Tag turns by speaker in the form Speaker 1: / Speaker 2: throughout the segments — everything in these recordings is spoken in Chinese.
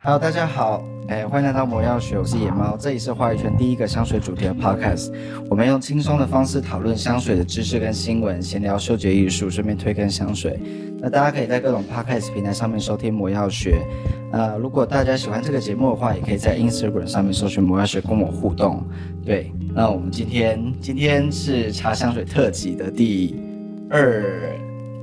Speaker 1: Hello，大家好，哎，欢迎来到魔药学，我是野猫，这里是话语圈第一个香水主题的 Podcast。我们用轻松的方式讨论香水的知识跟新闻，闲聊嗅觉艺术，顺便推荐香水。那大家可以在各种 Podcast 平台上面收听魔药学。呃，如果大家喜欢这个节目的话，也可以在 Instagram 上面搜寻魔药学跟我互动。对，那我们今天今天是茶香水特辑的第二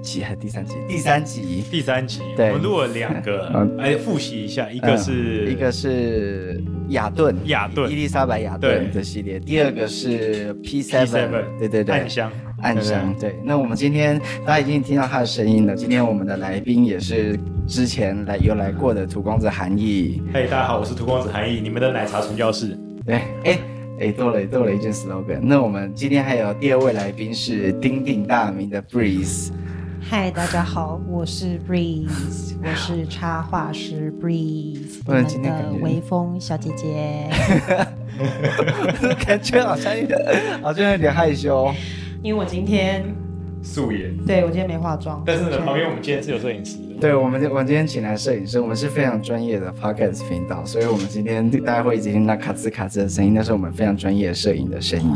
Speaker 1: 集还是第三集？第三集。
Speaker 2: 第三集，
Speaker 1: 对
Speaker 2: 我们录了两个
Speaker 1: 嗯，
Speaker 2: 哎，复习一下，一个是
Speaker 1: 嗯一个是雅顿，
Speaker 2: 雅顿
Speaker 1: 伊丽莎白雅顿
Speaker 2: 对
Speaker 1: 的系列，第二个是 P
Speaker 2: P7
Speaker 1: Seven，对对对，
Speaker 2: 暗香，
Speaker 1: 暗箱，对。那我们今天大家已经听到他的声音了，今天我们的来宾也是之前来有来过的土公子韩毅，
Speaker 2: 对不对。嗨，大家好，我是涂公子韩毅，你们的奶茶传教士。
Speaker 1: 对，哎。哎，多了多了一件 slogan。那我们今天还有第二位来宾是鼎鼎大名的 Breeze，
Speaker 3: 嗨，大家好，我是 Breeze，我是插画师 Breeze，
Speaker 1: 不
Speaker 3: 你
Speaker 1: 然
Speaker 3: 们
Speaker 1: 今天感
Speaker 3: 的
Speaker 1: 觉
Speaker 3: 微风小姐姐。
Speaker 1: 感觉好像有点，好像有点害羞。
Speaker 3: 因为我今天，
Speaker 2: 素颜，
Speaker 3: 对我今天没化妆，
Speaker 2: 但是呢，
Speaker 3: 我
Speaker 2: 旁边我们今天是有摄影师的。
Speaker 1: 对我们，我们今天请来摄影师，我们是非常专业的 podcast 频道，所以我们今天大家会一直听到咔吱咔吱的声音，那是我们非常专业的摄影的声音。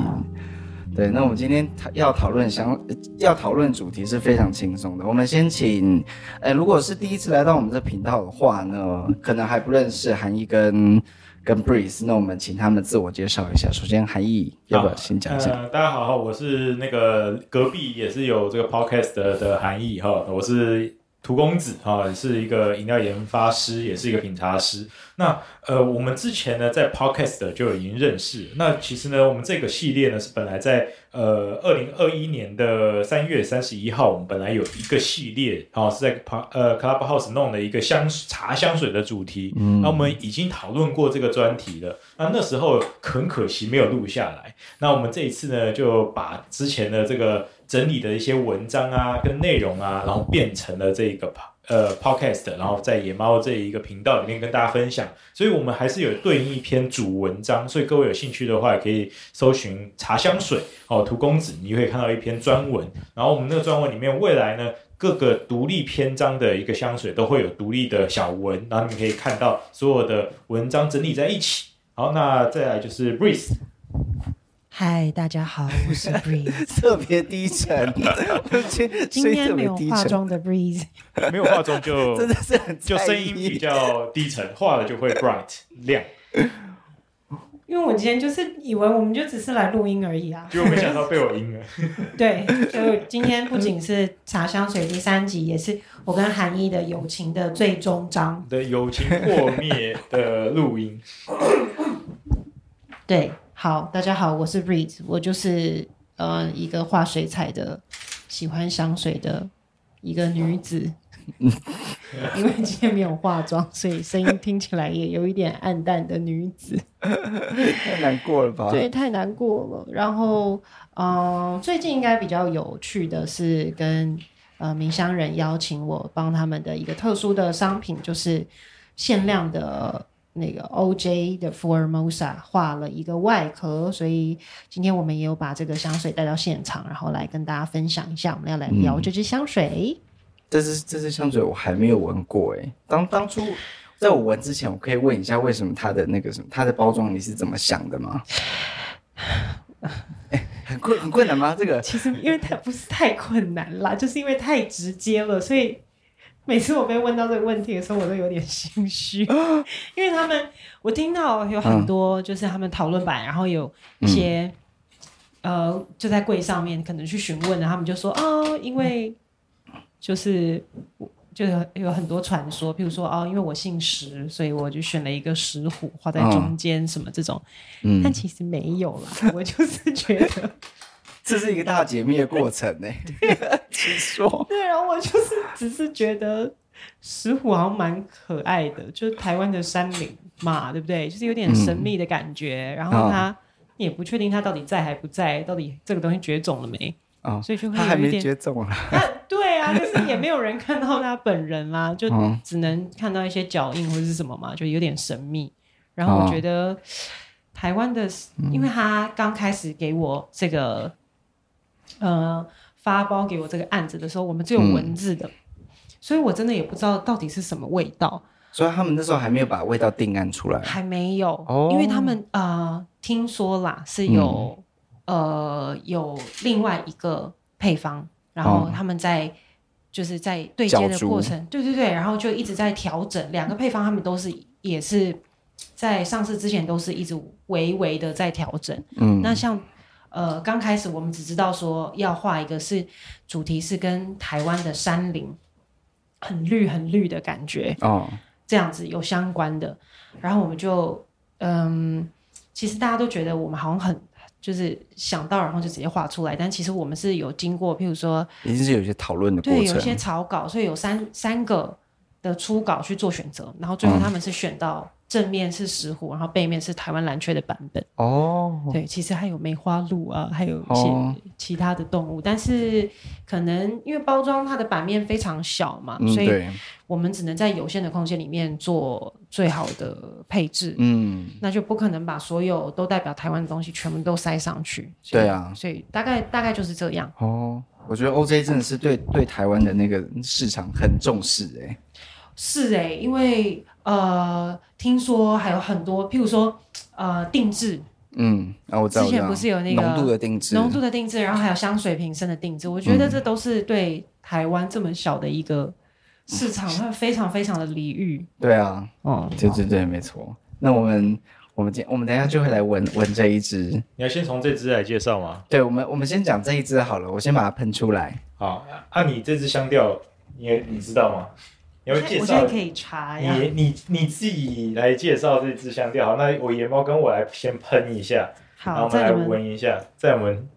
Speaker 1: 对，那我们今天讨要讨论相呃要讨论主题是非常轻松的。我们先请，呃，如果是第一次来到我们这频道的话呢，可能还不认识韩毅跟跟 Breeze，那我们请他们自我介绍一下。首先，韩毅要不要
Speaker 2: 好
Speaker 1: 先讲一 下？
Speaker 2: 呃大家好，我是那个隔壁也是有这个 podcast 的的韩毅哈，我是涂公子哈，是一个饮料研发师，也是一个品茶师。那呃，我们之前呢在 podcast 就已经认识。那其实呢，我们这个系列呢是本来在呃二零二一年的三月三十一号，我们本来有一个系列，哦是在 po- 呃 Clubhouse 弄的一个香茶香水的主题。
Speaker 1: 嗯
Speaker 2: 那我们已经讨论过这个专题了。那那时候很可惜没有录下来。那我们这一次呢，就把之前的这个整理的一些文章啊、跟内容啊，然后变成了这个 po- 呃 podcast，然后在野猫这一个频道里面跟大家分享。所以我们还是有对应一篇主文章，所以各位有兴趣的话，也可以搜寻茶香水哦，涂公子，你会看到一篇专文。然后我们那个专文里面，未来呢。各个独立篇章的一个香水都会有独立的小文，然后你们可以看到所有的文章整理在一起。好，那再来就是 Breeze，
Speaker 3: 嗨，大家好，我 是 Breeze，
Speaker 1: 特别低沉， 我今
Speaker 3: 今
Speaker 1: 声音
Speaker 3: 天
Speaker 1: 特
Speaker 3: 没
Speaker 1: 别
Speaker 3: 有
Speaker 1: 低
Speaker 3: 化
Speaker 1: 沉，
Speaker 3: 妆的 Breeze，
Speaker 2: 没有化妆 就
Speaker 1: 真的是很
Speaker 2: 就
Speaker 1: 在
Speaker 2: 声音
Speaker 1: 意
Speaker 2: 比较低沉，化了就会 bright 亮。
Speaker 3: 因为我今天就是以为我们就只是来录音而已啊，
Speaker 2: 结果没想到被我赢了。
Speaker 3: 对，就今天不仅是茶香水第三集，也是我跟韩毅的友情的最终章。
Speaker 2: 的友情破灭的录音，
Speaker 3: 对，好，大家好，我是 Breeze，我就是呃一个画水彩的，喜欢香水的一个女子。因为今天没有化妆，所以声音听起来也有一点暗淡的女子。
Speaker 1: 太难过了吧？
Speaker 3: 对，太难过了。然后，嗯、最近应该比较有趣的是跟呃明乡人邀请我帮他们的一个特殊的商品，就是限量的那个 OJ 的 Formosa 画了一个外壳，所以今天我们也有把这个香水带到现场，然后来跟大家分享一下，我们要来聊这支香水。
Speaker 1: 这支这支香水我还没有闻过哎、当当初在我闻之前，我可以问一下为什么它的那个什么，它的包装你是怎么想的 吗？哎很困很困难吗？这个
Speaker 3: 其实因为太不是太困难啦， 就是因为太直接了，所以每次我被问到这个问题的时候，我都有点心虚，因为他们我听到有很多就是他们讨论版，然后有一些、呃就在柜上面可能去询问，然后他们就说哦，因为就是。就是有很多传说，譬如说哦，因为我姓石，所以我就选了一个石虎画在中间，什么这种。
Speaker 1: 嗯
Speaker 3: 但，其实没有啦，我就是觉得
Speaker 1: 这是一个大解密的过程 哎、请说。
Speaker 3: 对，啊然后我就是只是觉得石虎好像蛮可爱的，就是台湾的山林嘛，对不对？就是有点神
Speaker 1: 嗯
Speaker 3: 秘的感觉。然后
Speaker 1: 啊
Speaker 3: 它、你也不确定它到底在还不在，到底这个东西绝种了没？
Speaker 1: 哦，
Speaker 3: 所以就会
Speaker 1: 它还
Speaker 3: 有一
Speaker 1: 没
Speaker 3: 点
Speaker 1: 绝种啊！
Speaker 3: 啊，对啊，就是也没有人看到他本人啦，就
Speaker 1: 嗯
Speaker 3: 只能看到一些脚印或者是什么嘛，就有点神秘。然后我觉得台湾的，因为他刚开始给我这个，呃，发包给我这个案子的时候，我们只有文字的，所以我真的也不知道到底是什么味道。
Speaker 1: 所以他们那时候还没有把味道定案出来。
Speaker 3: 还没有，
Speaker 1: 哦嗯
Speaker 3: 因为他们呃，听说啦是有、呃有另外一个配方，然后
Speaker 1: 哦
Speaker 3: 他们在、就是在对接
Speaker 1: 角
Speaker 3: 的
Speaker 1: 逐
Speaker 3: 过程，对对对，然后就一直在调整两个配方，他们都是也是在上市之前都是一直微微的在调整。
Speaker 1: 嗯，
Speaker 3: 那像呃刚开始我们只知道说要画一个是主题是跟台湾的山林很绿很绿的感觉，
Speaker 1: 哦，
Speaker 3: 这样子有相关的，然后我们就嗯，其实大家都觉得我们好像很就是想到然后就直接画出来，但其实我们是有经过，譬如说
Speaker 1: 一定是有一些讨论的过
Speaker 3: 对有一
Speaker 1: 程。
Speaker 3: 些草稿，所以有三三个的初稿去做选择，然后最后
Speaker 1: 嗯
Speaker 3: 他们是选到正面是石虎，然后背面是台湾蓝雀的版本。
Speaker 1: 哦，
Speaker 3: 对，其实还有梅花鹿啊，还有一些
Speaker 1: 哦
Speaker 3: 其他的动物，但是可能因为包装它的版面非常小嘛，
Speaker 1: 嗯，
Speaker 3: 啊所以
Speaker 1: 对，
Speaker 3: 我们只能在有限的空间里面做最好的配置，
Speaker 1: 嗯，
Speaker 3: 那就不可能把所有都代表台湾的东西全部都塞上去。所以
Speaker 1: 对啊
Speaker 3: 所以大概大概就是这样。
Speaker 1: 哦，我觉得 OJ 真的是对对台湾的那个市场很重视哎、
Speaker 3: 是哎、因为呃，听说还有很多，譬如说呃，定制
Speaker 1: 嗯，啊，我知道，
Speaker 3: 之前
Speaker 1: 我知道
Speaker 3: 不是有那个
Speaker 1: 浓度的定制，嗯
Speaker 3: 浓度的定制，然后还有香水瓶身的定制，我觉得这都是对台湾这么小的一个市场，
Speaker 1: 嗯
Speaker 3: 它非常非常的礼遇。
Speaker 1: 对啊，
Speaker 3: 哦，
Speaker 1: 对对对，没错。那我们我们今我们等一下就会来闻闻这一支，
Speaker 2: 你要先从这支来介绍吗？
Speaker 1: 对我们我们先讲这一支好了，我先把它喷出来。
Speaker 2: 好，啊，你这支香调，你你知道吗？你
Speaker 3: 我
Speaker 2: 要介
Speaker 3: 现在我现
Speaker 2: 绍
Speaker 3: 在可以查呀，
Speaker 2: 你你你自己来介绍这支香调，好，那我研猫跟我来先喷一下，然后
Speaker 3: 好，
Speaker 2: 我们来
Speaker 3: 在你们
Speaker 2: 闻一下，在我们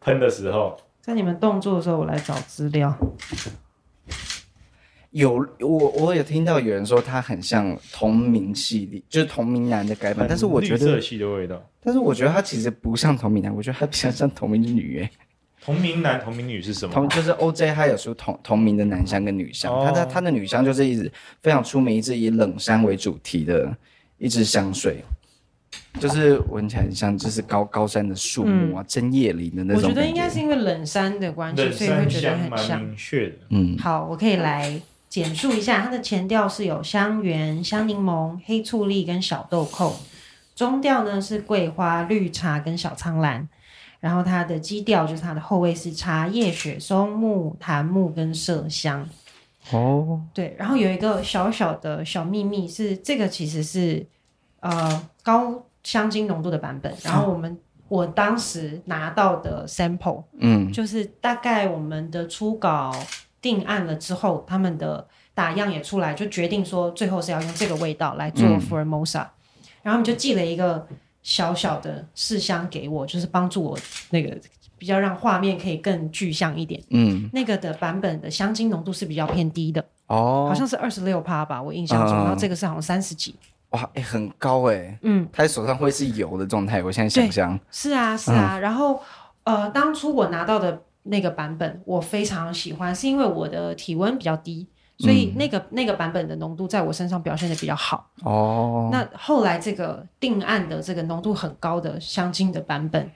Speaker 2: 喷的时候，
Speaker 3: 在你们动作的时候，我来找资料。
Speaker 1: 有我我有听到有人说它很像同名系列，就是同名男的改版，但是我觉
Speaker 2: 绿色
Speaker 1: 得，
Speaker 2: 系的味道，
Speaker 1: 但是我觉得它其实不像同名男，我觉得它比较像同名女哎、
Speaker 2: 同名男同名女是什么？
Speaker 1: 同就是 OJ，他有出同同名的男香跟女香，
Speaker 2: 哦
Speaker 1: 他的他的女香就是一直非常出名，一支以冷杉为主题的一支香水，就是闻起来很像就是高高山的树木啊，针叶林的那
Speaker 3: 嗯我
Speaker 1: 种
Speaker 3: 觉
Speaker 1: 感
Speaker 3: 得应该是因为冷杉的关系，
Speaker 2: 冷
Speaker 3: 所以会
Speaker 2: 杉
Speaker 3: 觉得
Speaker 2: 香
Speaker 3: 很
Speaker 2: 蛮
Speaker 3: 像。
Speaker 2: 明确的，
Speaker 1: 嗯
Speaker 3: 好，我可以来简述一下，它的前调是有香橼、香柠檬、黑醋栗跟小豆蔻，中调呢是桂花、绿茶跟小苍兰，然后它的基调就是它的后味是茶叶、雪松木、檀木跟麝香。
Speaker 1: 哦
Speaker 3: 对，然后有一个小小的小秘密是，这个其实是呃高香精浓度的版本，然后我们。我当时拿到的 sample
Speaker 1: 嗯
Speaker 3: 就是大概我们的初稿定案了之后，他们的打样也出来，就决定说最后是要用这个味道来做
Speaker 1: 嗯
Speaker 3: Formosa，、然后他们就寄了一个小小的试香给我，就是帮助我那个比较让画面可以更具象一点。
Speaker 1: 嗯
Speaker 3: 那个的版本的香精浓度是比较偏低的，好
Speaker 1: 哦，
Speaker 3: 像是二十六趴吧，我印象中，
Speaker 1: 嗯嗯嗯
Speaker 3: 然后这个是好像三十几，
Speaker 1: 哇哎、很高哎、
Speaker 3: 嗯，
Speaker 1: 他手上会是油的状态，我现在想象
Speaker 3: 是啊，是啊。然后呃，当初我拿到的那个版本，我非常喜欢，是因为我的体温比较低，所以那个、那个版本的浓度在我身上表现的比较好。
Speaker 1: 哦，
Speaker 3: 那后来这个定案的这个浓度很高的香精的版本。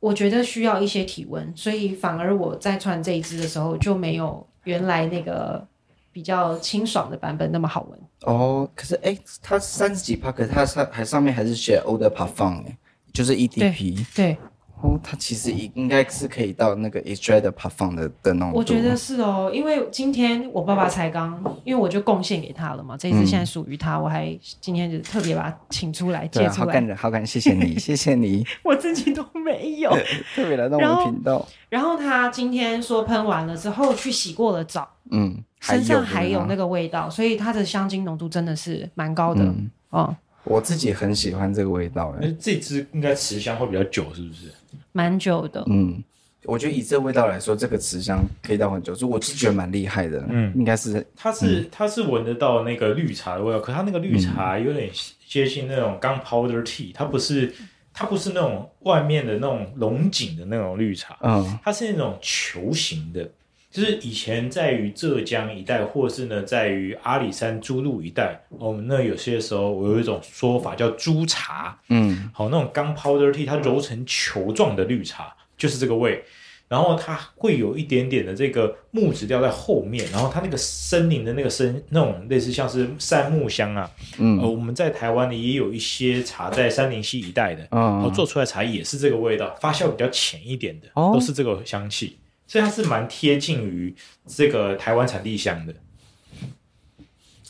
Speaker 3: 我觉得需要一些体温，所以反而我在穿这一支的时候就没有原来那个比较清爽的版本那么好闻。
Speaker 1: 哦，可是哎、它三十几帕，可是它上还上面还是写欧的 p 放哎、就是 EDP。
Speaker 3: 对，
Speaker 1: 哦，它其实应应该是可以到那个 e x t r a 的 p 放的的浓度。
Speaker 3: 嗯我觉得是哦，因为今天我爸爸才刚，因为我就贡献给他了嘛，这一次
Speaker 1: 嗯
Speaker 3: 现在属于他，我还今天就特别把他请出来
Speaker 1: 对
Speaker 3: 借
Speaker 1: 啊，
Speaker 3: 出
Speaker 1: 好
Speaker 3: 来，
Speaker 1: 感人，好感人，谢谢 你，谢谢你，
Speaker 3: 我自己都没有。
Speaker 1: 特别来到我
Speaker 3: 然
Speaker 1: 们
Speaker 3: 后
Speaker 1: 频道。
Speaker 3: 然后他今天说喷完了之后去洗过了澡，
Speaker 1: 嗯，
Speaker 3: 身上还有
Speaker 1: 呢
Speaker 3: 那个味道，所以它的香精浓度真的是蛮高的。
Speaker 1: 嗯，
Speaker 3: 哦，
Speaker 1: 我自己很喜欢这个味道，哎，
Speaker 2: 那这支应该持香会比较久，是不是？
Speaker 3: 蛮久的。
Speaker 1: 嗯。我觉得以这个味道来说，这个持香可以到很久，就我是觉得蛮厉害的，嗯
Speaker 2: 嗯，
Speaker 1: 应该是
Speaker 2: 它是它是闻得到那个绿茶的味道，可它那个绿茶有点接近那种刚 powder tea，它不是它不是那种外面的那种龙井的那种绿茶，
Speaker 1: 嗯
Speaker 2: 它是那种球形的，就是以前在于浙江一带，或是呢在于阿里山诸路一带，我们那有些时候我有一种说法叫猪茶，
Speaker 1: 嗯
Speaker 2: 好那种刚 powder tea，它揉成球状的绿茶就是这个味。然后它会有一点点的这个木质调在后面，然后它那个森林的那个森那种类似像是杉木香啊，
Speaker 1: 嗯
Speaker 2: 呃，我们在台湾也有一些茶在山林溪一带的，然后
Speaker 1: 嗯，
Speaker 2: 哦做出来茶也是这个味道，发酵比较浅一点的，
Speaker 1: 哦
Speaker 2: 都是这个香气，所以它是蛮贴近于这个台湾产地香的。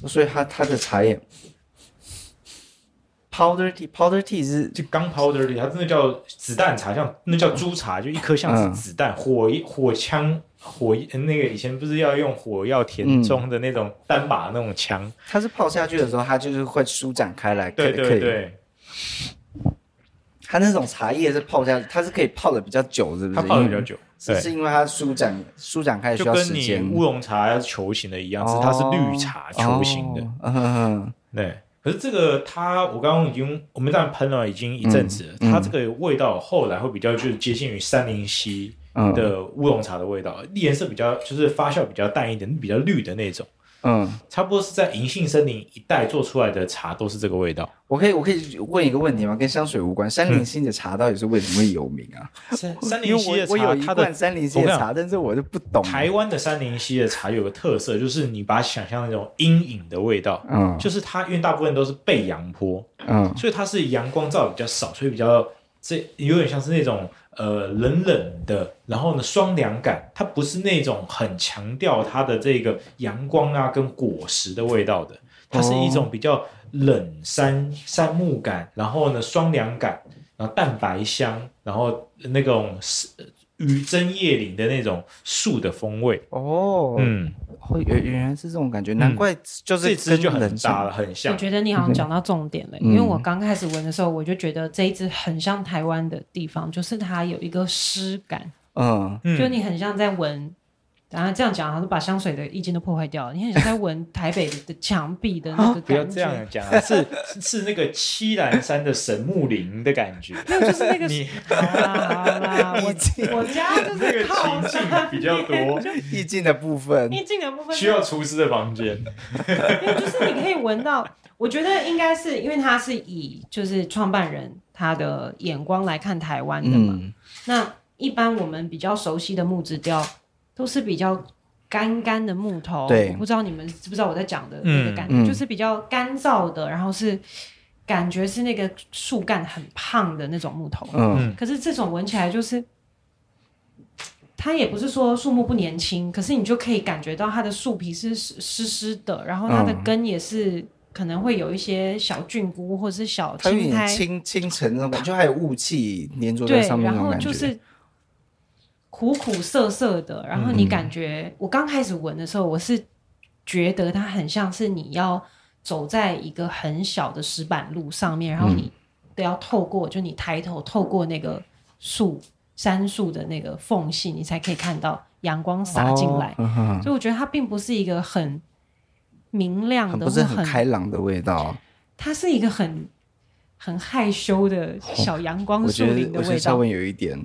Speaker 1: 所以它它的茶叶 powder tea powder tea 是
Speaker 2: 就刚 powder 里，它真的叫子弹茶，像那叫猪茶，就一颗像
Speaker 1: 嗯
Speaker 2: 是子弹、火火枪火呃那个以前不是要用火药填充的那种单把那种枪，
Speaker 1: 它是泡下去的时候，它就是会舒展开来，可
Speaker 2: 对
Speaker 1: 以可
Speaker 2: 对
Speaker 1: 以。
Speaker 2: 对，
Speaker 1: 它那种茶叶是泡下去，它是可以泡的比较久，是不是？
Speaker 2: 它泡的比
Speaker 1: 因
Speaker 2: 较
Speaker 1: 为
Speaker 2: 久，
Speaker 1: 是是因为它舒展舒展开需
Speaker 2: 就
Speaker 1: 要
Speaker 2: 跟
Speaker 1: 时
Speaker 2: 你
Speaker 1: 间。
Speaker 2: 乌龙茶球形的一样，只是它是绿茶球形的，
Speaker 1: 哦，嗯嗯
Speaker 2: 对。可是这个它，我刚刚已经我们这样喷了已经一阵子了，
Speaker 1: 嗯嗯
Speaker 2: 它这个味道后来会比较就是接近于三零七
Speaker 1: 嗯
Speaker 2: 的乌龙茶的味道，颜色比较就是发酵比较淡一点，比较绿的那种。
Speaker 1: 嗯，
Speaker 2: 差不多是在银杏森林一带做出来的茶都是这个味道。
Speaker 1: 我可以我可以问一个问题吗？跟香水无关，山林溪的茶到底是为什么会有名啊？
Speaker 2: 山山
Speaker 1: 因
Speaker 2: 林
Speaker 1: 为
Speaker 2: 溪的
Speaker 1: 我我有
Speaker 2: 茶，
Speaker 1: 一
Speaker 2: 它
Speaker 1: 罐
Speaker 2: 的
Speaker 1: 山林溪的
Speaker 2: 我跟你
Speaker 1: 茶，但是我就不懂。啊
Speaker 2: 台湾的山林溪的茶有个特色，就是你把它想象那种阴影的味道，
Speaker 1: 嗯
Speaker 2: 就是它因为大部分都是背阳坡，
Speaker 1: 嗯
Speaker 2: 所以它是阳光照比较少，所以比较这有点像是那种呃冷冷的，然后呢双凉感，它不是那种很强调它的这个阳光啊跟果实的味道的，它是一种比较冷杉杉木感，然后呢双凉感，然后蛋白香，然后那种是呃雨针叶林的那种树的风味，
Speaker 1: 哦
Speaker 2: 嗯，
Speaker 1: 哦，原原来是这种感觉，难怪就是
Speaker 2: 这支就
Speaker 1: 跟
Speaker 2: 很
Speaker 1: 人
Speaker 2: 搭了，
Speaker 1: 像
Speaker 2: 很
Speaker 3: 我
Speaker 2: 像。
Speaker 3: 觉得你好像讲到重点了，
Speaker 1: 嗯
Speaker 3: 因为我刚开始闻的时候，我就觉得这一支很像台湾的地方，就是它有一个湿感，
Speaker 1: 嗯
Speaker 2: 嗯
Speaker 3: 就你很像在闻。然后这样讲，好像把香水的意境都破坏掉了。你很像在闻台北的墙壁的那个
Speaker 2: 哦不要
Speaker 3: 感
Speaker 2: 这
Speaker 3: 觉，
Speaker 2: 样讲 啊， 是是是那个七兰山的神木林的感觉。
Speaker 3: 没有，就是 那个。啊
Speaker 2: 你
Speaker 3: 好啦好啦，
Speaker 1: 意境
Speaker 3: 我我家就
Speaker 2: 那
Speaker 3: 是
Speaker 2: 个
Speaker 3: 靠
Speaker 2: 情境比较 多，
Speaker 1: 意境的部分，
Speaker 3: 意境的部分
Speaker 2: 需要厨师的房间。
Speaker 3: 对，就是你可以闻到，我觉得应该是因为他是以就是创办人他的眼光来看台湾的嘛。
Speaker 1: 嗯
Speaker 3: 那一般我们比较熟悉的木质调都是比较干干的木头，
Speaker 1: 对
Speaker 3: 我不知道你们知不知道我在讲的那个感觉，
Speaker 1: 嗯嗯
Speaker 3: 就是比较干燥的，然后是感觉是那个树干很胖的那种木头。
Speaker 1: 嗯
Speaker 2: 嗯
Speaker 3: 可是这种闻起来就是，它也不是说树木不年轻，可是你就可以感觉到它的树皮是湿湿湿的，然后它的
Speaker 1: 嗯
Speaker 3: 根也是可能会有一些小菌菇或者是小
Speaker 1: 它有
Speaker 3: 青
Speaker 1: 点
Speaker 3: 苔，
Speaker 1: 清清晨那种感觉，就还有雾气粘着在
Speaker 3: 对，
Speaker 1: 上面那
Speaker 3: 然
Speaker 1: 种
Speaker 3: 后
Speaker 1: 感觉，
Speaker 3: 就是苦苦涩涩的，然后你
Speaker 1: 嗯
Speaker 3: 感觉、我刚开始闻的时候，我是觉得它很像是你要走在一个很小的石板路上面，然后
Speaker 1: 嗯
Speaker 3: 你都要透过，就你抬头透过那个树杉树的那个缝隙，你才可以看到阳光洒进来。
Speaker 1: 哦，嗯
Speaker 3: 所以我觉得它并不是一个很明
Speaker 1: 嗯
Speaker 3: 亮
Speaker 1: 很
Speaker 3: 的，
Speaker 1: 不是
Speaker 3: 或
Speaker 1: 很开朗的味道。
Speaker 3: 它是一个很。很害羞的小阳光
Speaker 1: 我
Speaker 3: 树
Speaker 1: 觉得
Speaker 3: 林的
Speaker 1: 我觉得
Speaker 3: 味
Speaker 1: 稍
Speaker 3: 道，
Speaker 1: 微有一点，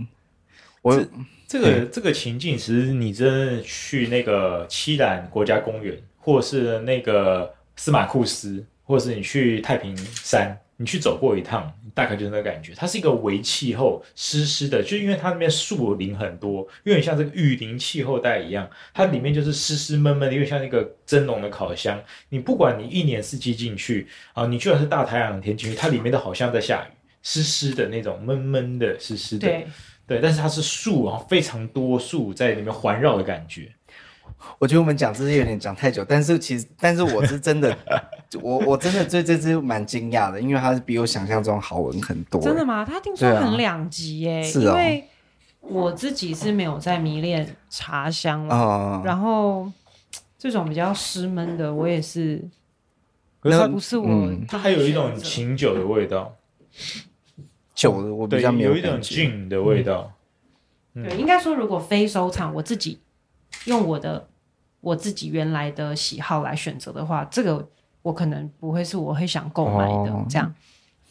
Speaker 1: 我
Speaker 2: 这个这个情境，其实你真的去那个七兰国家公园，或是那个司马库斯，或是你去太平山，你去走过一趟，大概就是那个感觉。它是一个微气候，湿湿的，就因为它那边树林很多，有点像这个雨林气候带一样，它里面就是湿湿闷闷的，有点像那个蒸笼的烤箱。你不管你一年四季进去啊，你就算是大太阳的天进去，它里面都好像在下雨，湿湿的那种，闷闷的，湿湿的。
Speaker 3: 对，
Speaker 2: 对，但是它是树，然后非常多树在里面环绕的感觉。
Speaker 1: 我觉得我们讲这些有点讲太久，但是其实，但是我是真 的，我我真的对这支蛮惊讶的，因为它是比我想象中好闻很多。
Speaker 3: 真的吗？他听说
Speaker 1: 对啊
Speaker 3: 很两极耶，
Speaker 1: 是
Speaker 3: 因
Speaker 1: 哦
Speaker 3: 为我自己是没有在迷恋茶香了，
Speaker 1: 哦，
Speaker 3: 然后这种比较湿闷的，我也是，
Speaker 2: 可是
Speaker 1: 那
Speaker 2: 它
Speaker 3: 不是我
Speaker 1: 嗯
Speaker 2: 它还有一种
Speaker 3: 选择
Speaker 2: 琴酒的味道，
Speaker 1: 酒的我比
Speaker 2: 对，
Speaker 1: 较没
Speaker 2: 有一
Speaker 1: 感
Speaker 2: 种
Speaker 1: 觉。
Speaker 2: gin 的味道。嗯
Speaker 3: 对，应该说如果非收藏，我自己用我的我自己原来的喜好来选择的话，这个我可能不会是我会想购买的、
Speaker 1: 哦
Speaker 3: 这样。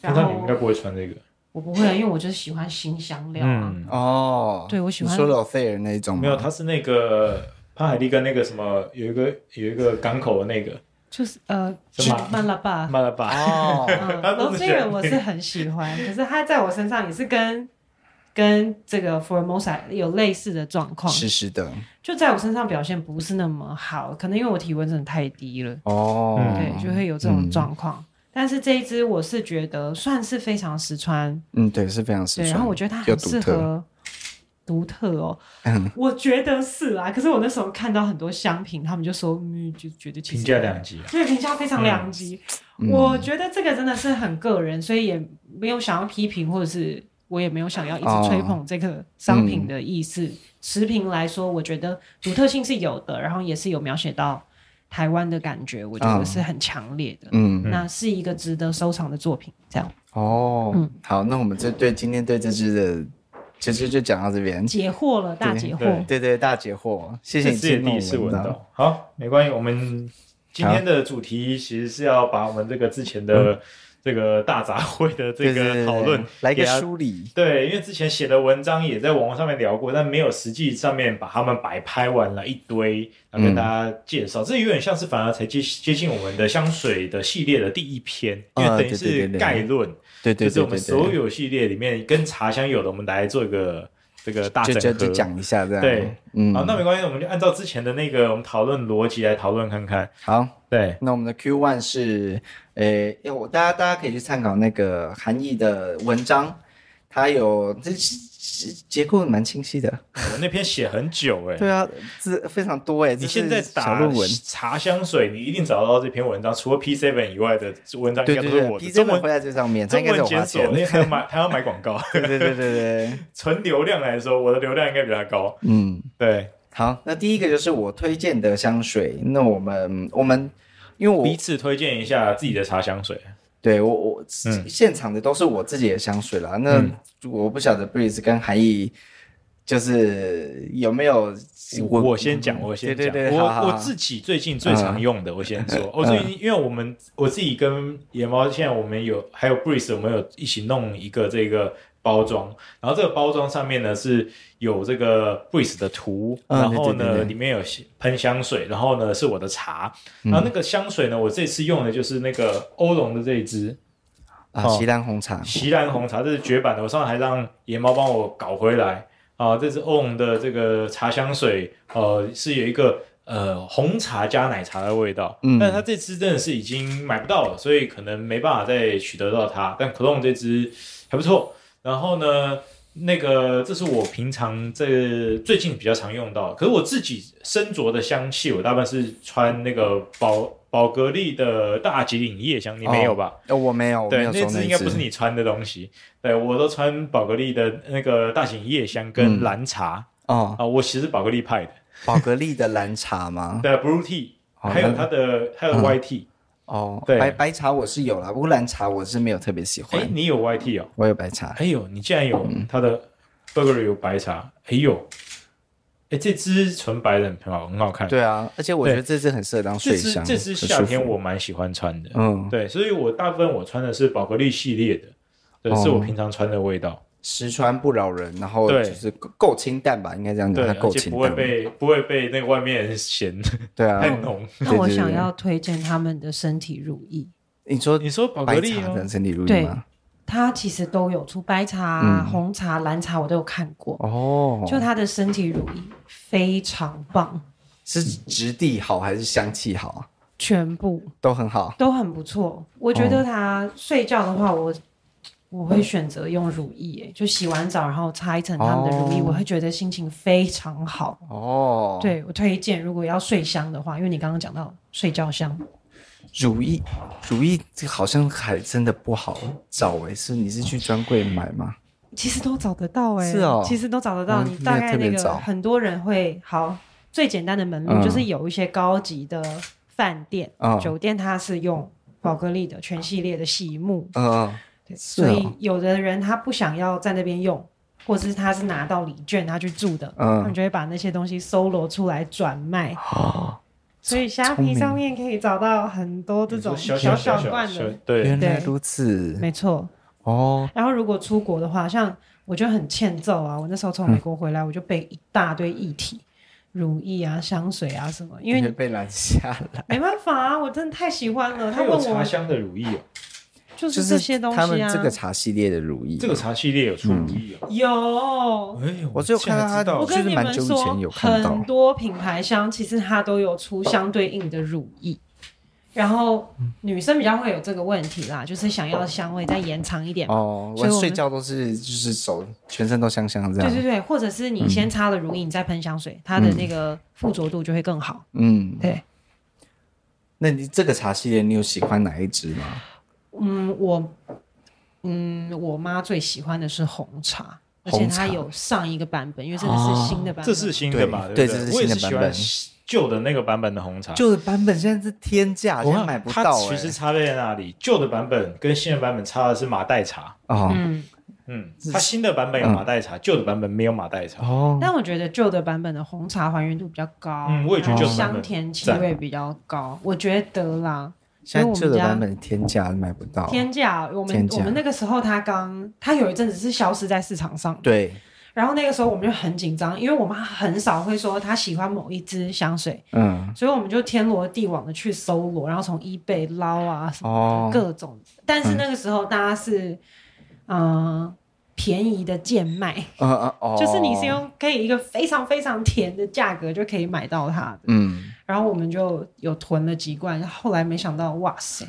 Speaker 2: 那
Speaker 3: 然
Speaker 2: 你应该
Speaker 3: 后
Speaker 2: 不会穿这个。
Speaker 3: 我不会，因为我就是喜欢新香料啊。
Speaker 2: 嗯，
Speaker 1: 哦，
Speaker 3: 对我喜
Speaker 1: 你
Speaker 3: 欢
Speaker 1: 说老费尔那一种吗
Speaker 2: 没有，它是那个潘海利跟那个什么有一个有一个港口的那个
Speaker 3: 就是呃，
Speaker 2: 是吗
Speaker 3: 曼拉巴，
Speaker 2: 马拉巴。
Speaker 1: 哦，
Speaker 3: 嗯
Speaker 2: 他都是
Speaker 3: 罗非
Speaker 2: 选
Speaker 3: 人我是很喜欢，可是他在我身上也是跟跟这个 Formosa 有类似的状况，
Speaker 1: 湿湿的
Speaker 3: 就在我身上表现不是那么好，可能因为我体温真的太低了，
Speaker 1: 哦，
Speaker 3: 对，就会有这
Speaker 1: 嗯
Speaker 3: 种状况。但是这一支我是觉得算是非常实穿，
Speaker 1: 嗯，对，是非常湿
Speaker 3: 对，
Speaker 1: 穿，
Speaker 3: 然后我觉得它
Speaker 1: 又
Speaker 3: 很
Speaker 1: 独
Speaker 3: 适
Speaker 1: 特嗯
Speaker 3: 合独特哦，我觉得是啦、可是我那时候看到很多商品，他们就说，嗯，就觉得其
Speaker 2: 评
Speaker 3: 实
Speaker 2: 价两极啊。
Speaker 3: 对评价非常两极。
Speaker 1: 嗯
Speaker 2: 嗯
Speaker 3: 我觉得这个真的是很个人，所以也没有想要批评，或者是我也没有想要一直吹捧这个商品的意思。
Speaker 1: 哦
Speaker 3: 持平来说，我觉得独特性是有的，然后也是有描写到台湾的感觉，我觉得
Speaker 1: 嗯
Speaker 3: 是很强烈的。
Speaker 1: 嗯，
Speaker 3: 那是一个值得收藏的作品，这样
Speaker 1: 哦，好，那我们这对今天对这支的，其实就讲到这边，
Speaker 3: 解惑了，大解惑
Speaker 2: 对。
Speaker 1: 对对，大解惑，谢谢
Speaker 2: 这
Speaker 1: 你
Speaker 2: 次也第一次
Speaker 1: 闻
Speaker 2: 闻。到。好，没关系，我们今天的主题其实是要把我们这个之前的这个大杂烩的这
Speaker 1: 嗯对对对
Speaker 2: 个讨论
Speaker 1: 对来
Speaker 2: 给
Speaker 1: 个
Speaker 2: 它
Speaker 1: 梳理，
Speaker 2: 对，因为之前写的文章也在网络上面聊过，但没有实际上面把他们摆拍完了一堆，然后跟大家介绍。这有点像是反而才接接近我们的香水的系列的第一篇，因为
Speaker 1: 啊
Speaker 2: 等
Speaker 1: 对
Speaker 2: 于
Speaker 1: 对
Speaker 2: 是
Speaker 1: 对对
Speaker 2: 概论，
Speaker 1: 对对
Speaker 2: 就是
Speaker 1: 对
Speaker 2: 我们
Speaker 1: 对
Speaker 2: 所
Speaker 1: 对，
Speaker 2: 有系列里面跟茶香有的，我们来做一个这个大
Speaker 1: 就
Speaker 2: 整
Speaker 1: 就
Speaker 2: 合。
Speaker 1: 就讲一下这样，
Speaker 2: 对，
Speaker 1: 嗯，
Speaker 2: 好，那没关系，我们就按照之前的那个我们讨论逻辑来讨论看看。
Speaker 1: 好。
Speaker 2: 对，
Speaker 1: 那我们的 Q one 是，诶、要我大家大家可以去参考那个韩义的文章，它有这这结构蛮清晰的。
Speaker 2: 我那篇写很久哎、
Speaker 1: 对啊，字非常多哎、这
Speaker 2: 你
Speaker 1: 是
Speaker 2: 现在
Speaker 1: 小
Speaker 2: 打
Speaker 1: 论文，
Speaker 2: 茶香水，你一定找到这篇文章。除了 P Seven 以外的文章，应
Speaker 1: 对
Speaker 2: 该
Speaker 1: 对
Speaker 2: 都是
Speaker 1: 对
Speaker 2: 我的
Speaker 1: ，P 这
Speaker 2: 中
Speaker 1: 本会
Speaker 2: 文
Speaker 1: 在这上面，它
Speaker 2: 中
Speaker 1: 应该是我
Speaker 2: 文
Speaker 1: 花
Speaker 2: 检索
Speaker 1: 钱，
Speaker 2: 那
Speaker 1: 的。
Speaker 2: 个还要买，还要买广告。
Speaker 1: 对对对对对，
Speaker 2: 纯流量来说，我的流量应该比他高。
Speaker 1: 嗯。
Speaker 2: 对，
Speaker 1: 好，那第一个就是我推荐的香水。那我们我们，因为我
Speaker 2: 彼此推荐一下自己的茶香水。
Speaker 1: 对我我、
Speaker 2: 嗯
Speaker 1: 现场的都是我自己的香水啦。那、
Speaker 2: 嗯
Speaker 1: 我不晓得 Breeze 跟韩毅就是有没有
Speaker 2: 我我先讲，我先
Speaker 1: 嗯对
Speaker 2: 讲，
Speaker 1: 对对好好
Speaker 2: 我
Speaker 1: 好嗯
Speaker 2: 我自己最近最常用的，我先说。我最近因为我们我自己跟野猫，现在我们有还有 Breeze，我们有一起弄一个这个包装，然后这个包装上面呢是有这个 Breeze 的图，
Speaker 1: 嗯
Speaker 2: 然后
Speaker 1: 对对对
Speaker 2: 呢
Speaker 1: 对
Speaker 2: 里面有喷香水，然后呢是我的茶，然后
Speaker 1: 嗯
Speaker 2: 那个香水呢，我这次用的就是那个欧龙的这一支，
Speaker 1: 啊，
Speaker 2: 哦
Speaker 1: 西兰红茶，
Speaker 2: 席兰红茶，这是绝版的，我上次还让野猫帮我搞回来啊。这是 ON 的这个茶香水，呃，是有一个呃红茶加奶茶的味道，
Speaker 1: 嗯
Speaker 2: 但是它这支真的是已经买不到了，所以可能没办法再取得到它。但 Clone 这支还不错，然后呢？那个，这是我平常这最近比较常用到的，可是我自己身着的香气，我大半是穿那个宝宝格丽的大吉岭夜香，你没有吧？
Speaker 1: 呃、我没有，我没
Speaker 2: 对，
Speaker 1: 有
Speaker 2: 那
Speaker 1: 收
Speaker 2: 只
Speaker 1: 只
Speaker 2: 应该不是你穿的东西。对我都穿宝格丽的那个大型夜香跟蓝茶啊、
Speaker 1: 嗯哦，
Speaker 2: 我其实宝格丽派的，
Speaker 1: 宝格丽的蓝茶吗？
Speaker 2: 对 blue tea，、
Speaker 1: 哦嗯
Speaker 2: 还有
Speaker 1: 那
Speaker 2: 它的还有 white tea，
Speaker 1: 哦，
Speaker 2: 对
Speaker 1: 白白茶我是有啦，不过蓝茶我是没有特别喜
Speaker 2: 哎、
Speaker 1: 欢。
Speaker 2: 你有 white tea 哦？
Speaker 1: 我有白茶，
Speaker 2: 哎呦，你竟然有
Speaker 1: 嗯
Speaker 2: 它的 Burberry 有白茶，哎呦，哎这支纯白的很好，很好看。，
Speaker 1: 对啊，而且我觉得
Speaker 2: 对
Speaker 1: 这支很适合当
Speaker 2: 这
Speaker 1: 水
Speaker 2: 支
Speaker 1: 香，
Speaker 2: 这支
Speaker 1: 很
Speaker 2: 夏
Speaker 1: 舒
Speaker 2: 天
Speaker 1: 服
Speaker 2: 我蛮喜欢穿的，
Speaker 1: 嗯
Speaker 2: 对，所以我大部分我穿的是宝格丽系列的，对，
Speaker 1: 哦
Speaker 2: 是我平常穿的味道。
Speaker 1: 实穿不扰人，然后
Speaker 2: 对
Speaker 1: 就是够够清淡吧，应该这样
Speaker 2: 对，
Speaker 1: 讲，它嗯
Speaker 2: 而
Speaker 1: 够
Speaker 2: 且
Speaker 1: 清
Speaker 2: 不会
Speaker 1: 淡。
Speaker 2: 被不会被那个外面人嫌
Speaker 1: 对啊
Speaker 2: 太，浓。
Speaker 3: 那我
Speaker 1: 对对对
Speaker 3: 想要推荐他们的身体乳液，
Speaker 1: 你说
Speaker 2: 你说宝格
Speaker 1: 白
Speaker 2: 丽
Speaker 1: 茶
Speaker 2: 吗？
Speaker 1: 的身体乳液
Speaker 3: 对
Speaker 1: 吗？
Speaker 3: 它其实都有出白茶、啊
Speaker 1: 嗯
Speaker 3: 红茶、蓝茶，我都有看过。
Speaker 1: 哦，
Speaker 3: 就它的身体乳液非常棒，
Speaker 1: 是质地好还是香气好啊？
Speaker 3: 全部
Speaker 1: 都很好。
Speaker 3: 都很不错。我觉
Speaker 1: 哦
Speaker 3: 得它睡觉的话，我我会选择用乳液、欸，就洗完澡然后擦一层他们的乳液，
Speaker 1: 哦
Speaker 3: 我会觉得心情非常好。
Speaker 1: 哦，，
Speaker 3: 对我推荐，如果要睡香的话，因为你刚刚讲到睡觉香，
Speaker 1: 乳液，乳液这好像还真的不好找诶，是你是去专柜买吗？
Speaker 3: 其实都找得到哎、
Speaker 1: 是哦
Speaker 3: 其实都找得到。
Speaker 1: 哦
Speaker 3: 你大
Speaker 1: 没有
Speaker 3: 概
Speaker 1: 特别
Speaker 3: 那个
Speaker 1: 找
Speaker 3: 很多人会好，最简单的门路
Speaker 1: 嗯
Speaker 3: 就是有一些高级的饭店、
Speaker 1: 嗯
Speaker 3: 酒店，它是用宝格丽的全系列的细木，
Speaker 1: 嗯、
Speaker 3: 对，
Speaker 1: 是哦
Speaker 3: 所以有的人他不想要在那边用，或者是他是拿到礼券他去住的，
Speaker 1: 嗯
Speaker 3: 他们就会把那些东西搜罗出来转卖。
Speaker 1: 哦，
Speaker 3: 所以虾皮上面可以找到很多这种
Speaker 2: 小
Speaker 3: 小
Speaker 2: 小
Speaker 3: 罐的，
Speaker 2: 对
Speaker 1: 原来如此。
Speaker 3: 没错。
Speaker 1: 哦，
Speaker 3: 然后如果出国的话，像我就很欠揍啊！我那
Speaker 1: 嗯
Speaker 3: 时候从美国回来，我就背一大堆液体、乳液啊、香水啊什么，因为
Speaker 1: 你
Speaker 3: 你
Speaker 1: 被拦下了。
Speaker 3: 没办法啊，我真的太喜欢了。
Speaker 2: 它
Speaker 3: 他问
Speaker 2: 有
Speaker 3: 我
Speaker 2: 茶香的乳液哦，
Speaker 3: 就
Speaker 1: 就是
Speaker 3: 这些东西啊。
Speaker 1: 他们这个茶系列的啊乳液，
Speaker 2: 这个茶系列有出乳液哦。
Speaker 3: 有，
Speaker 2: 哎，
Speaker 1: 我只有
Speaker 2: 竟然
Speaker 1: 看到它
Speaker 2: 知道
Speaker 3: 我
Speaker 1: 就是
Speaker 3: 跟你
Speaker 1: 哦蛮
Speaker 3: 们
Speaker 1: 久以
Speaker 3: 说
Speaker 1: 前有，看到
Speaker 3: 很多品牌香其实它都有出相对应的乳液，然后女生比较会有这个问题啦，就是想要香味再延长一点。
Speaker 1: 嗯哦，
Speaker 3: 所以
Speaker 1: 我
Speaker 3: 我们
Speaker 1: 睡觉都是就是手全身都香香这
Speaker 3: 对
Speaker 1: 样，
Speaker 3: 对对，或者是你先擦了乳液，你再喷香水，它的那个附着度就会更好。
Speaker 1: 嗯，
Speaker 3: 对，
Speaker 1: 那你这个茶系列你有喜欢哪一支吗？
Speaker 3: 嗯，我，嗯，我妈最喜欢的是红茶，而且
Speaker 1: 红
Speaker 3: 它
Speaker 1: 茶
Speaker 3: 有上一个版本，因为这个是新的版本。
Speaker 2: 这是新的嘛？
Speaker 1: 对
Speaker 2: 对
Speaker 1: 对
Speaker 2: 不
Speaker 1: 这是
Speaker 2: 我也
Speaker 1: 新
Speaker 2: 是
Speaker 1: 的
Speaker 2: 喜
Speaker 1: 版
Speaker 2: 欢
Speaker 1: 本
Speaker 2: 旧的那个版本的红茶。
Speaker 1: 旧的版本现在是天价，现
Speaker 2: 我
Speaker 1: 在
Speaker 2: 看
Speaker 1: 买不
Speaker 2: 它
Speaker 1: 到
Speaker 2: 其
Speaker 1: 哎
Speaker 2: 实。差在哪里？旧的版本跟新的版本差的是马黛茶。
Speaker 1: 哦
Speaker 3: 嗯，
Speaker 2: 嗯，它新的版本有马黛茶，旧的版本没有马黛茶。
Speaker 1: 哦，
Speaker 3: 但我觉得旧的版本的红茶还原度比较高，
Speaker 2: 嗯我也觉得
Speaker 3: 然后
Speaker 2: 旧的版本
Speaker 3: 香甜气味比较高，我觉得啦。
Speaker 1: 现
Speaker 3: 因为
Speaker 1: 在旧
Speaker 3: 我们
Speaker 1: 的
Speaker 3: 家
Speaker 1: 版本天价买不到。
Speaker 3: 天价，我
Speaker 1: 天
Speaker 3: 们
Speaker 1: 价
Speaker 3: 我们那个时候它刚，它有一阵子是消失在市场上，
Speaker 1: 对，
Speaker 3: 然后那个时候我们就很紧张，因为我妈很少会说她喜欢某一支香水，
Speaker 1: 嗯，
Speaker 3: 所以我们就天罗地网的去搜罗，然后从 eBay 捞啊什么
Speaker 1: 哦，
Speaker 3: 各种，但是那个时候大家是，嗯、便宜的贱卖，
Speaker 1: 呃呃哦，
Speaker 3: 就是你是用可以一个非常非常甜的价格就可以买到它，
Speaker 1: 嗯，
Speaker 3: 然后我们就有囤了几罐，后来没想到，哇塞，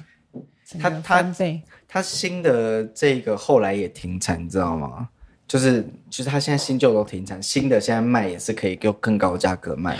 Speaker 3: 整
Speaker 1: 它
Speaker 3: 个
Speaker 1: 它
Speaker 3: 翻倍。
Speaker 1: 它新的这个后来也停产，你知道吗？就是就是它现在新旧都停产，新的现在卖也是可以用更高价格卖，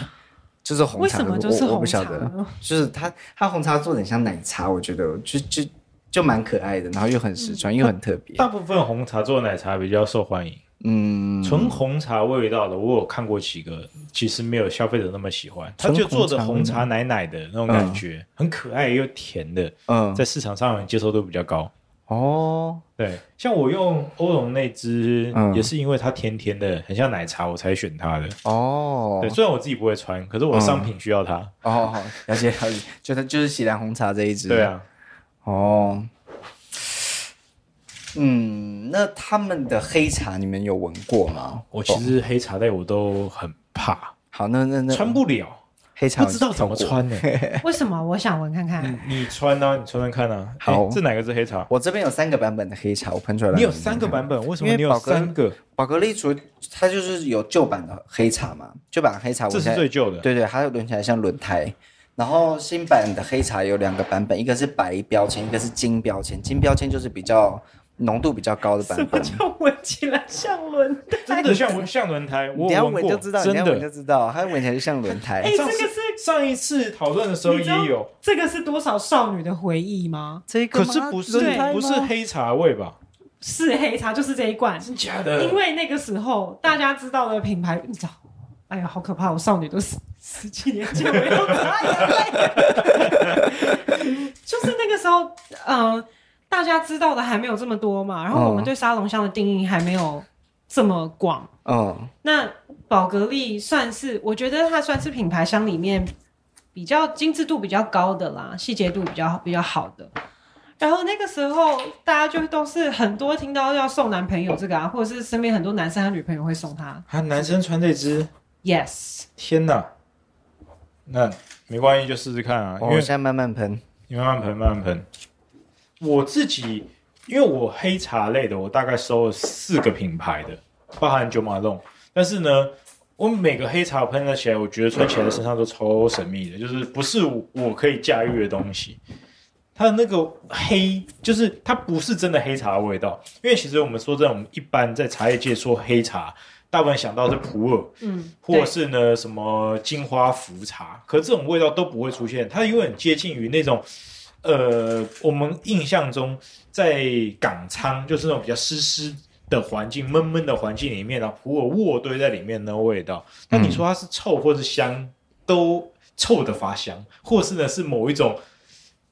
Speaker 1: 就是红
Speaker 3: 为
Speaker 1: 茶，
Speaker 3: 什么
Speaker 1: 我
Speaker 3: 就是
Speaker 1: 我不
Speaker 3: 红茶
Speaker 1: 晓得，
Speaker 3: 呢？
Speaker 1: 就是它它红茶做的很像奶茶，我觉得就就就蛮可爱的，然后又很实
Speaker 2: 嗯
Speaker 1: 穿，又很特别。
Speaker 2: 大部分红茶做的奶茶比较受欢迎，
Speaker 1: 嗯，
Speaker 2: 纯红茶味道的我有看过几个，其实没有消费者那么喜欢。它
Speaker 1: 纯
Speaker 2: 就做
Speaker 1: 红
Speaker 2: 的
Speaker 1: 茶
Speaker 2: 红茶奶奶的那种感觉，很可爱又甜的，
Speaker 1: 嗯
Speaker 2: 在市场上接受度比较高。
Speaker 1: 哦，
Speaker 2: 对，像我用欧龙那支
Speaker 1: 嗯，
Speaker 2: 也是因为它甜甜的，很像奶茶，我才选它的。
Speaker 1: 哦，嗯
Speaker 2: 对，虽然我自己不会穿，可是我的商品需要它。
Speaker 1: 哦，好了解了解，就它就是喜兰红茶这一支。
Speaker 2: 对，啊，
Speaker 1: 哦，嗯，那他们的黑茶你们有闻过吗？
Speaker 2: 我其实黑茶类我都很怕，
Speaker 1: 好，那那那
Speaker 2: 穿不了，
Speaker 1: 黑茶
Speaker 2: 不知道怎么
Speaker 1: 我有
Speaker 2: 穿呢。
Speaker 3: 为什么？我想闻看
Speaker 1: 嗯
Speaker 3: 看。
Speaker 2: 你穿啊，你穿穿看啊。
Speaker 1: 好
Speaker 2: 诶这哪个是黑茶？
Speaker 1: 我这边有三个版本的黑茶，我喷出来了。
Speaker 2: 你有三个 版本，为什么
Speaker 1: 因为
Speaker 2: 你有
Speaker 1: 宝格
Speaker 2: 三个？
Speaker 1: 宝格丽除它就是有旧版的黑茶嘛，旧版的黑啊茶我
Speaker 2: 这
Speaker 1: 现
Speaker 2: 是
Speaker 1: 在
Speaker 2: 最旧的。
Speaker 1: 对对，它有轮起来像轮胎。然后新版的黑茶有两个版本，一个是白标签，一个是金标签。金标签就是比较浓度比较高的
Speaker 3: 什
Speaker 1: 版
Speaker 3: 么
Speaker 1: 本。
Speaker 3: 叫闻起来像轮胎？
Speaker 2: 真的像轮像轮胎，
Speaker 1: 你
Speaker 2: 我
Speaker 1: 等一下
Speaker 2: 有
Speaker 1: 闻
Speaker 2: 过
Speaker 1: 就知道，你
Speaker 2: 真
Speaker 1: 等一下闻就
Speaker 2: 的。
Speaker 1: 知道，它闻起来就像轮胎
Speaker 3: 哎、。这
Speaker 2: 上
Speaker 3: 个
Speaker 2: 次
Speaker 3: 是
Speaker 2: 上一次讨论的时候
Speaker 3: 你知道
Speaker 2: 也有，
Speaker 3: 这个是多少少女的回忆吗？
Speaker 1: 这
Speaker 2: 可是不是
Speaker 3: 轮胎
Speaker 2: 不是黑茶味吧？
Speaker 3: 是黑茶，就是这一罐。
Speaker 2: 真假
Speaker 3: 因为那个时候大家知道的品牌，你知道，哎呀，好可怕！我少女都十十几年前，我要擦眼泪。 就是那个时候，嗯、大家知道的还没有这么多嘛，然后我们
Speaker 1: 嗯
Speaker 3: 对沙龙香的定义还没有这么广。
Speaker 1: 嗯，
Speaker 3: 那宝格丽算是，我觉得它算是品牌香里面比较精致度比较高的啦，细节度比较比较好的。然后那个时候，大家就都是很多听到要送男朋友这个啊，或者是身边很多男生他女朋友会送他。
Speaker 2: 啊，男生穿这只，
Speaker 3: Yes，
Speaker 2: 天哪！那没关系，就试试看啊，因
Speaker 1: 哦我
Speaker 2: 为
Speaker 1: 现在慢慢喷。
Speaker 2: 你慢慢喷，慢慢喷。我自己因为我黑茶类的，我大概收了四个品牌的，包含九马弄。但是呢，我每个黑茶喷了起来，我觉得穿起来身上都超神秘的，就是不是我可以驾驭的东西。它的那个黑，就是它不是真的黑茶的味道，因为其实我们说真的，我们一般在茶叶界说黑茶，大部分想到是普洱，
Speaker 3: 嗯，
Speaker 2: 或者
Speaker 3: 对
Speaker 2: 是呢什么金花茯茶，可这种味道都不会出现，它有点接近于那种，呃，我们印象中在港仓就是那种比较湿湿的环境、闷闷的环境里面，然后普洱卧堆在里面的味道。那
Speaker 3: 嗯
Speaker 2: 你说它是臭或是香，都臭的发香，或是呢是某一种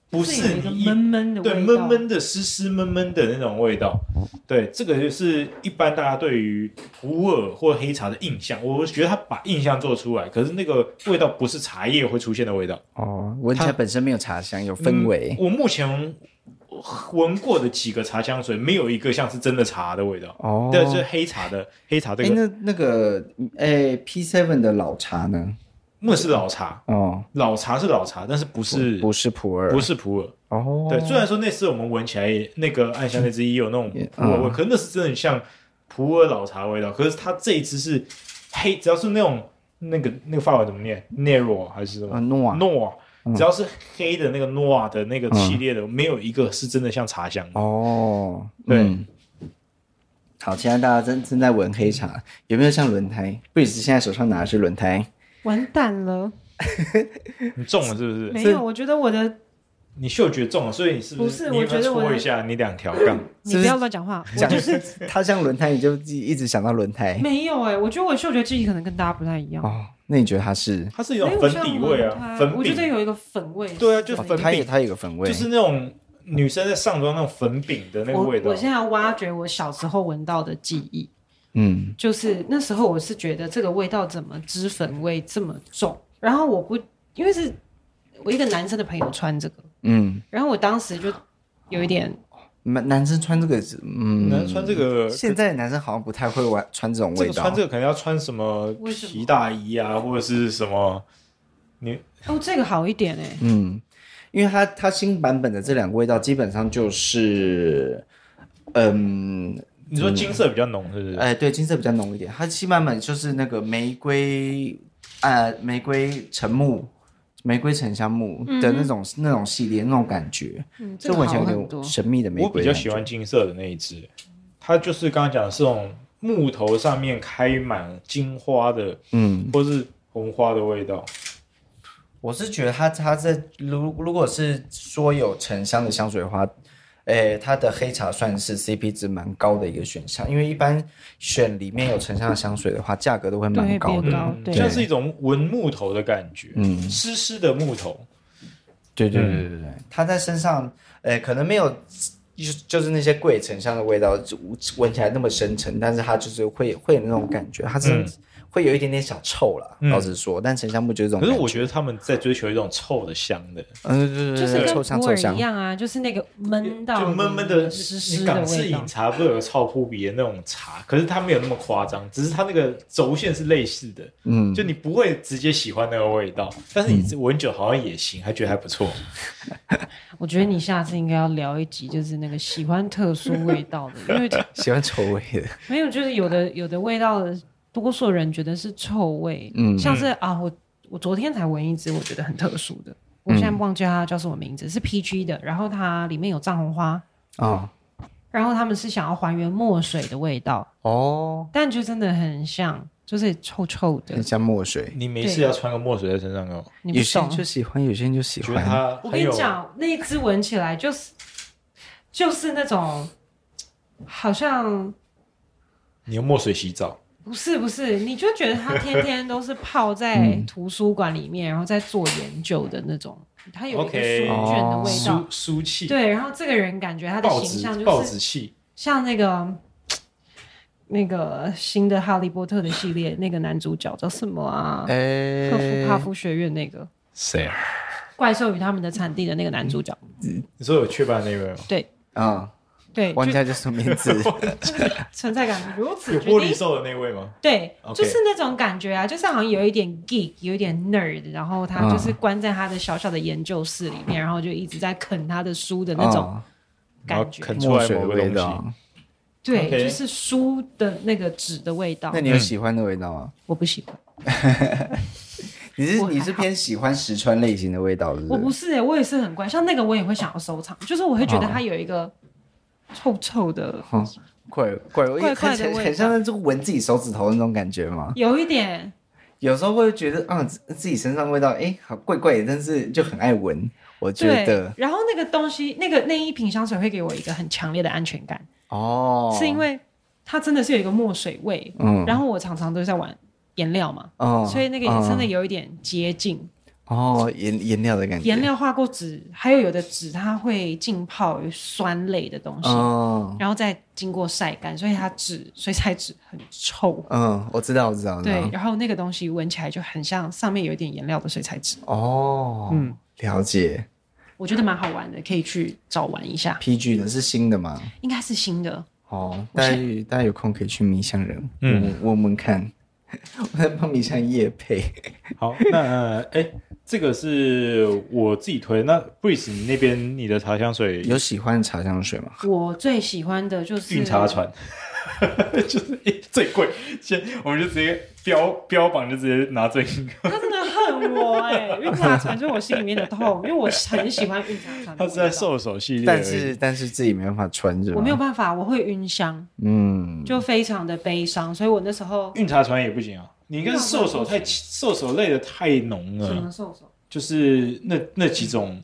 Speaker 2: 不
Speaker 3: 是
Speaker 2: 是
Speaker 3: 有一个
Speaker 2: 你
Speaker 3: 闷闷的味
Speaker 2: 对
Speaker 3: 道，
Speaker 2: 闷闷的、湿湿闷闷的那种味道。对，这个就是一般大家对于普洱或黑茶的印象。我觉得他把印象做出来，可是那个味道不是茶叶会出现的味道。
Speaker 1: 哦，闻起来
Speaker 2: 它
Speaker 1: 本身没有茶香，有氛围
Speaker 2: 嗯。我目前闻过的几个茶香水，没有一个像是真的茶的味道。
Speaker 1: 哦
Speaker 2: 对，就是黑茶的黑茶这
Speaker 1: 哎，
Speaker 2: 个
Speaker 1: 那那个哎 P Seven 的老茶呢？
Speaker 2: 那是老茶，
Speaker 1: 哦，
Speaker 2: 老茶是老茶，但是不是
Speaker 1: 不是普洱，
Speaker 2: 不是普洱。
Speaker 1: 哦，
Speaker 2: 对，虽然说那次我们闻起来也那个暗香那支也有那种
Speaker 1: 也
Speaker 2: 普洱味，
Speaker 1: 嗯
Speaker 2: 可是那是真的很像普洱老茶味道。可是它这一支是黑，只要是那种那个那个法文怎么念，Nero 还是什
Speaker 1: 啊
Speaker 2: 么
Speaker 1: 诺
Speaker 2: Noir，
Speaker 1: 嗯
Speaker 2: 只要是黑的那个 Noir 的那个系列的，没有一个是真的像茶香的。
Speaker 1: 哦，
Speaker 2: 对
Speaker 1: 嗯好，现在大家正正在闻黑茶，有没有像轮胎？不只是现在手上拿的是轮胎，
Speaker 3: 完蛋了，
Speaker 1: 嗯
Speaker 2: 你中了是不是？
Speaker 3: 没
Speaker 1: 所以
Speaker 3: 有，我觉不要乱
Speaker 2: 你嗅觉中了，所以你是
Speaker 3: 不
Speaker 2: 是？
Speaker 3: 是
Speaker 2: 你有没有
Speaker 3: 我觉得我
Speaker 2: 戳一下你两条杠。
Speaker 1: 是
Speaker 3: 你
Speaker 1: 不
Speaker 3: 不
Speaker 1: 是
Speaker 3: 要乱讲话，我
Speaker 1: 讲
Speaker 3: 就是
Speaker 1: 它像 轮胎，你就一直想到轮胎。
Speaker 3: 没有哎、我觉得我嗅觉记忆可能跟大家不太一样。
Speaker 1: 哦，那你觉得它是？
Speaker 2: 它是一
Speaker 3: 没
Speaker 2: 种
Speaker 3: 有
Speaker 2: 啊粉
Speaker 3: 像
Speaker 2: 底
Speaker 3: 我
Speaker 2: 味
Speaker 3: 它
Speaker 2: 啊，粉
Speaker 3: 我觉得
Speaker 2: 饼，
Speaker 3: 有一个粉味。
Speaker 2: 对啊就粉
Speaker 1: 它也
Speaker 2: 饼
Speaker 1: 它也有个粉味，
Speaker 2: 就是那种女生在上妆那种粉饼的那个
Speaker 3: 我
Speaker 2: 味道
Speaker 3: 我。现在要挖掘我小时候闻到的记忆，
Speaker 1: 嗯
Speaker 3: 就是那时候我是觉得这个味道怎么脂粉味这么重，然后我不因为是我一个男生的朋友穿这个，
Speaker 1: 嗯，
Speaker 3: 然后我当时就有一点
Speaker 1: 男男生穿这个是，嗯，
Speaker 2: 男生穿这个
Speaker 1: 现在的男生好像不太会玩穿这种
Speaker 2: 这
Speaker 1: 味
Speaker 2: 个
Speaker 1: 道，
Speaker 2: 穿这个可能要穿什么
Speaker 3: 为什么
Speaker 2: 皮大衣啊，或者是什么？
Speaker 3: 哦这个好一点哎、
Speaker 1: 嗯，因为它它新版本的这两个味道基本上就是，嗯，
Speaker 2: 你说金色比较浓，是不是？
Speaker 1: 哎、对，金色比较浓一点。它新版本就是那个玫瑰，呃，玫瑰沉木、玫瑰沉香木的那种、那种系列那种感觉，
Speaker 3: 嗯，这
Speaker 1: 这
Speaker 3: 个
Speaker 1: 闻
Speaker 3: 好
Speaker 1: 起来有
Speaker 3: 很多
Speaker 1: 点。神秘的玫
Speaker 2: 我
Speaker 1: 瑰
Speaker 2: 比
Speaker 1: 的
Speaker 2: 较
Speaker 1: 感觉。
Speaker 2: 喜欢金色的那一只，它就是刚刚讲的是那种木头上面开满金花的，
Speaker 1: 嗯，
Speaker 2: 或是红花的味道。
Speaker 1: 我是觉得它它在如如果是说有沉香的香水花，诶、它的黑茶算是 CP 值蛮高的一个选项，因为一般选里面有沉香的香水的话，价格都会蛮
Speaker 3: 对
Speaker 1: 高的。
Speaker 3: 变高对
Speaker 2: 像是一种闻木头的感觉，
Speaker 1: 嗯
Speaker 2: 湿湿的木头。嗯
Speaker 1: 对对对对对，它在身上，诶、可能没有。就就是那些贵沉香的味道，就闻起来那么深沉，但是它就是会会有那种感觉，它是
Speaker 2: 嗯
Speaker 1: 会有一点点小臭啦。
Speaker 2: 嗯
Speaker 1: 老实说，但沉香木就是这种
Speaker 2: 可
Speaker 1: 感
Speaker 2: 是
Speaker 1: 觉。
Speaker 2: 我觉得他们在追求一种臭的香的，
Speaker 1: 嗯，对对
Speaker 3: 就
Speaker 1: 对
Speaker 3: 是
Speaker 1: 对，
Speaker 3: 跟
Speaker 1: 臭香
Speaker 3: 普
Speaker 1: 臭
Speaker 3: 洱
Speaker 1: 香
Speaker 3: 一，样啊，就是那个闷到
Speaker 2: 就闷闷的。
Speaker 3: 湿湿
Speaker 2: 你
Speaker 3: 的
Speaker 2: 港式
Speaker 3: 味道
Speaker 2: 饮。茶不是有个臭扑鼻的那种茶，可是它没有那么夸张，只是它那个轴线是类似的，
Speaker 1: 嗯，
Speaker 2: 就你不会直接喜欢那个味道，但是你闻久好像也行，还觉得还不错。
Speaker 3: 我觉得你下次应该要聊一集，就是那个喜欢特殊味道的，因为
Speaker 1: 喜欢臭味的。
Speaker 3: 没有，就是有的有的味道的，多数人觉得是臭味，
Speaker 1: 嗯
Speaker 3: 像是啊，我我昨天才闻一支，我觉得很特殊
Speaker 1: 嗯
Speaker 3: 的，我现在忘记它叫什么名字，是 PG 的，然后它里面有藏红花，
Speaker 1: 哦
Speaker 3: 然后他们是想要还原墨水的味道，
Speaker 1: 哦，
Speaker 3: 但就真的很像，就是臭臭
Speaker 1: 很
Speaker 3: 的，
Speaker 1: 像墨水。
Speaker 2: 你没事要穿个墨水在身上哦，
Speaker 3: 你
Speaker 1: 有
Speaker 3: 不
Speaker 1: 些人
Speaker 3: 懂。
Speaker 1: 就喜欢，有些人就喜
Speaker 2: 觉得
Speaker 1: 欢。
Speaker 2: 它
Speaker 3: 我
Speaker 2: 很
Speaker 3: 跟你
Speaker 2: 有
Speaker 3: 讲，那一支闻起来就是就是那种好像
Speaker 2: 你用墨水洗澡，
Speaker 3: 不是不是，你就觉得他天天都是泡在图书馆里面，然后在做研究的那种， 他有一个
Speaker 2: OK
Speaker 3: 书卷的味道。
Speaker 2: 书书气，
Speaker 3: 对，然后这个人感觉他的
Speaker 2: 报
Speaker 3: 形
Speaker 2: 纸
Speaker 3: 象就
Speaker 2: 报
Speaker 3: 是
Speaker 2: 纸气，
Speaker 3: 像那个那个新的《哈利波特》的系列，那个男主角叫什么啊？赫夫帕
Speaker 1: 哎，
Speaker 3: 夫学院那个
Speaker 2: 谁啊？
Speaker 3: 怪兽与他们的产地的那个男主角，
Speaker 2: 你说有雀斑那个吗？
Speaker 1: 啊，
Speaker 3: 对，
Speaker 1: 玩
Speaker 3: 就
Speaker 1: 家叫什么名 字？
Speaker 3: 存在感如此
Speaker 2: 有
Speaker 3: 决
Speaker 2: 玻璃
Speaker 3: 定。
Speaker 2: 兽的那位吗？
Speaker 3: 对
Speaker 2: OK
Speaker 3: 就是那种感觉啊，就是好像有一点 geek，有一点 nerd，然后他就是关在他的小小的研究室里面，然后就一直在啃他的书的那种
Speaker 1: 嗯哦
Speaker 2: 然
Speaker 3: 感
Speaker 2: 后
Speaker 3: 觉。
Speaker 2: 啃出
Speaker 1: 墨
Speaker 2: 来
Speaker 1: 水
Speaker 2: 某个
Speaker 1: 味
Speaker 2: 东西。
Speaker 1: 道。
Speaker 3: 对
Speaker 2: OK
Speaker 3: 就是书的那个纸的味道
Speaker 1: 那，你有
Speaker 2: 嗯
Speaker 1: 喜欢的味道吗？
Speaker 3: 我不喜欢。
Speaker 1: 你是
Speaker 3: 我还
Speaker 1: 你是偏喜欢石川类型的味道，对
Speaker 3: 我
Speaker 1: 不
Speaker 3: 不
Speaker 1: 对？
Speaker 3: 是哎、我也是很怪，像那个我也会想要收藏，就是我会觉得它有一个臭臭的，
Speaker 1: 嗯怪怪
Speaker 3: 怪怪的
Speaker 1: 很
Speaker 3: 味道
Speaker 1: 很像那种闻自己手指头的那种感觉吗？
Speaker 3: 有一点
Speaker 1: 有时候会觉得啊，自自己身上味道哎，好怪怪的，但是就很爱闻。我觉
Speaker 3: 对
Speaker 1: 得。
Speaker 3: 然后那个东西，那个那一瓶香水会给我一个很强烈的安全感，
Speaker 1: 哦，
Speaker 3: 是因为它真的是有一个墨水味，
Speaker 1: 嗯
Speaker 3: 然后我常常都在玩颜料嘛，
Speaker 1: 哦，
Speaker 3: 所以那个也真的
Speaker 1: 嗯
Speaker 3: 有一点接近。
Speaker 1: 哦颜颜料的感觉，
Speaker 3: 颜料画过纸，还有有的纸它会浸泡于酸类的东西，
Speaker 1: 哦，
Speaker 3: 然后再经过晒干，所以它纸水彩纸很臭。
Speaker 1: 嗯，我知道我知道，我知道
Speaker 3: 对，然后那个东西闻起来就很像上面有一点颜料的水彩纸，
Speaker 1: 哦，
Speaker 3: 嗯，
Speaker 1: 了解。
Speaker 3: 我觉得蛮好玩的，可以去找玩一下。
Speaker 1: PG 的是新的嘛？
Speaker 3: 应该是新的，
Speaker 1: 哦，
Speaker 3: 我
Speaker 1: 大
Speaker 3: 是
Speaker 1: 家有大家有空可以去迷香人，
Speaker 2: 嗯
Speaker 1: 嗯，问问看。 我在帮米香夜配。
Speaker 2: 好，那哎、这个是我自己推。那 Breeze 你那边你的茶香水
Speaker 1: 有喜欢的茶香水吗？
Speaker 3: 我最喜欢的就是
Speaker 2: 运茶船， 就是最贵，先我们就直接标标榜，就直接拿最硬。
Speaker 3: 他真的恨我哎、运茶船是我心里面的痛，因为我很喜欢运茶船。
Speaker 2: 它是在，兽首系列而已，
Speaker 1: 但是但是自己没办法穿着。
Speaker 3: 我没有。办法，我会晕香，
Speaker 1: 嗯，
Speaker 3: 就非常的悲伤，所以我那时候
Speaker 2: 运茶船也不行啊。你跟兽首太
Speaker 3: 运茶船不
Speaker 2: 兽首类的太浓
Speaker 3: 什么
Speaker 1: 嗯
Speaker 2: 了，
Speaker 3: 受手，
Speaker 2: 就是那那几种，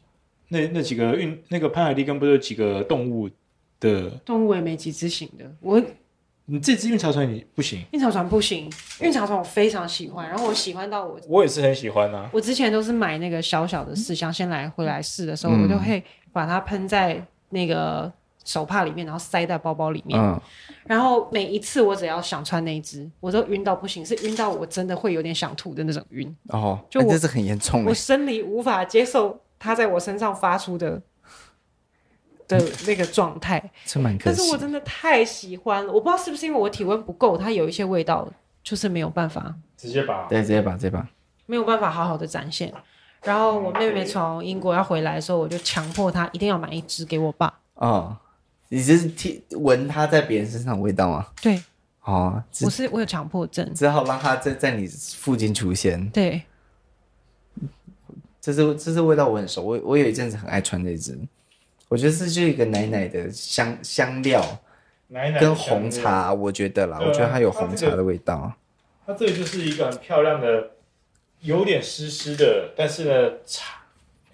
Speaker 2: 那那几个运那个潘海利根不是有几个动物的？
Speaker 3: 动物也没几只行的，我
Speaker 2: 你这支运茶船你不行，
Speaker 3: 运茶船不行，运茶船我非常喜欢，然后我喜欢到我。
Speaker 2: 我也是很喜欢啊。
Speaker 3: 我之前都是买那个小小的试香，先来回来试的时候，
Speaker 1: 嗯
Speaker 3: 我就会把它喷在那个手帕里面，然后塞在包包里面。
Speaker 1: 嗯，
Speaker 3: 然后每一次我只要想穿那一只，我都晕到不行，是晕到我真的会有点想吐的那种晕，
Speaker 1: 哦，
Speaker 3: 就
Speaker 1: 哎
Speaker 3: 我
Speaker 1: 这是很严重
Speaker 3: 我
Speaker 1: 的。
Speaker 3: 生理无法接受它在我身上发出的的那个状态。
Speaker 1: 这蛮可
Speaker 3: 但是
Speaker 1: 惜
Speaker 3: 我。真的太喜欢了，我不知道是不是因为我体温不够，它有一些味道就是没有办法
Speaker 2: 直接把
Speaker 1: 对，直接把这把。
Speaker 3: 没有办法好好的展现。然后我妹妹从英国要回来的时候，我就强迫她一定要买一支给我爸。
Speaker 1: 哦，你这是替闻它在别人身上的味道吗？
Speaker 3: 对，
Speaker 1: 哦，只
Speaker 3: 我是我有强迫症。
Speaker 1: 只好让它在在你附近出现。
Speaker 3: 对，
Speaker 1: 这是这是味道我很熟，我我有一阵子很爱穿这支，我觉得这就是一个奶奶的香香料
Speaker 2: 奶奶
Speaker 1: 跟红。茶，我觉得啦，
Speaker 2: 啊对啊
Speaker 1: 我觉得它有红茶的味道。
Speaker 2: 它这个就是一个很漂亮的，有点湿湿的，但是呢，茶，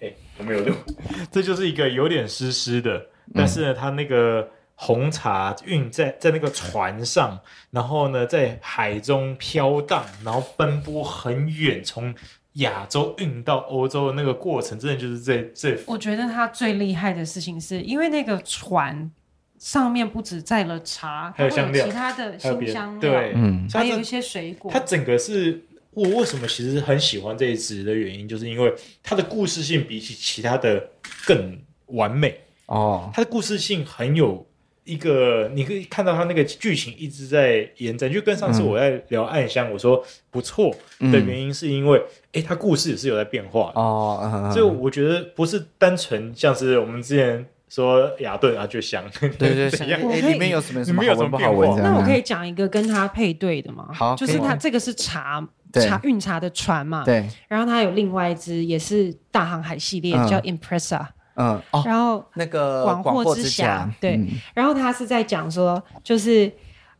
Speaker 2: 哎、我没有录， 这就是一个有点湿湿的，但是呢，它那个红茶运在在那个船上，然后呢，在海中飘荡，然后奔波很远，从亚洲运到欧洲的那个过程，真的就是这这
Speaker 3: 我觉得她最厉害的事情是因为那个船上面不止载了茶，
Speaker 2: 还有
Speaker 3: 它会
Speaker 2: 香料
Speaker 3: 其他的
Speaker 2: 还有
Speaker 3: 新
Speaker 2: 别
Speaker 3: 香料，
Speaker 2: 对，
Speaker 1: 嗯
Speaker 2: 像
Speaker 3: 还
Speaker 2: 这
Speaker 3: 有一些水果
Speaker 2: 它。整个是我为什么其实很喜欢这一支的原因，就是因为它的故事性比起其他的更完美，
Speaker 1: 哦，
Speaker 2: 它的故事性很有一个，你可以看到它那个剧情一直在延展，就跟上次
Speaker 1: 嗯
Speaker 2: 我在聊暗香，我说不错的原因是因为，诶，它故事也是有在变化的，
Speaker 1: 哦，嗯
Speaker 2: 所以我觉得不是单纯像是我们之前说雅顿啊就香，
Speaker 1: 对 对，
Speaker 2: 怎
Speaker 1: 像
Speaker 2: 样
Speaker 3: 我
Speaker 1: 哎
Speaker 3: 可以
Speaker 1: 里面有 什么有
Speaker 2: 里
Speaker 1: 什么
Speaker 2: 面有
Speaker 1: 好闻
Speaker 2: 什么
Speaker 1: 不好闻
Speaker 2: 变化
Speaker 1: 这样
Speaker 3: 那
Speaker 1: 啊？
Speaker 3: 我可以讲一个跟它配对的吗？
Speaker 1: 好
Speaker 3: 就是
Speaker 1: 可以
Speaker 2: 啊
Speaker 3: 它这个是茶
Speaker 1: 对
Speaker 3: 茶运茶的船嘛，
Speaker 1: 啊对，
Speaker 3: 然后它有另外一支也是大航海系列、
Speaker 1: 嗯
Speaker 3: 叫 Impressa，、
Speaker 1: 嗯，哦，
Speaker 3: 然后
Speaker 1: 那个
Speaker 3: 广
Speaker 1: 广
Speaker 3: 藿
Speaker 1: 之
Speaker 3: 之霞对
Speaker 1: 嗯
Speaker 3: 然后他是在讲说，就是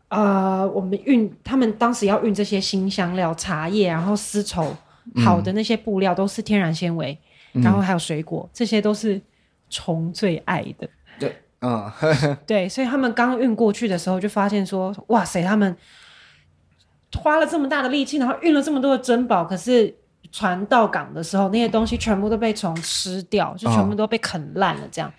Speaker 3: 呃，我们运他们当时要运这些新香料、茶叶，然后丝绸，
Speaker 1: 嗯
Speaker 3: 好的那些布料都是天然纤维，然后还有水果，这些都是虫最爱的。
Speaker 1: 对，嗯，
Speaker 3: 对，所以他们刚运过去的时候，就发现说，哇塞，他们花了这么大的力气，然后运了这么多的珍宝，可是船到港的时候，那些东西全部都被虫吃掉，就
Speaker 1: 嗯
Speaker 3: 全部都被啃烂了，这样。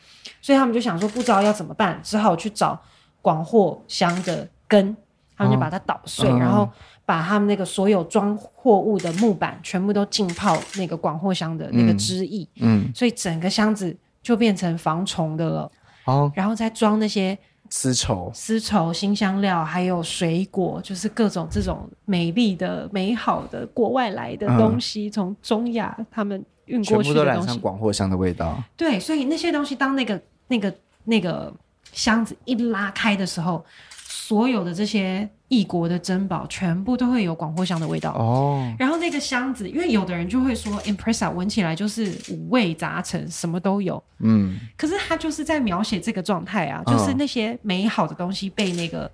Speaker 3: 所以他们就想说，不知道要怎么办，只好去找广藿香的根，他们就把它捣碎，
Speaker 1: 嗯
Speaker 3: 然后把他们那个所有装货物的木板全部都浸泡那个广藿香的那个
Speaker 1: 嗯
Speaker 3: 汁液，
Speaker 1: 嗯，
Speaker 3: 所以整个箱子就变成防虫的了，
Speaker 1: 哦，
Speaker 3: 然后再装那些。
Speaker 1: 丝绸，
Speaker 3: 丝绸、新香料，还有水果，就是各种这种美丽的、美好的国外来的东西，从、中亚他们运
Speaker 1: 嗯全
Speaker 3: 过
Speaker 1: 部
Speaker 3: 去
Speaker 1: 都
Speaker 3: 的
Speaker 1: 染
Speaker 3: 东
Speaker 1: 上
Speaker 3: 西。
Speaker 1: 广藿香的味道。
Speaker 3: 对，所以那些东西，当那个、那个、那个箱子一拉开的时候，所有的这些异国的珍宝，全部都会有广藿香的味道。
Speaker 1: 哦，
Speaker 3: 然后那个箱子，因为有的人就会说 Impressa 闻起来就是五味杂陈，什么都有。
Speaker 1: 嗯，
Speaker 3: 可是他就是在描写这个状态啊，
Speaker 1: 嗯
Speaker 3: 就是那些美好的东西被那个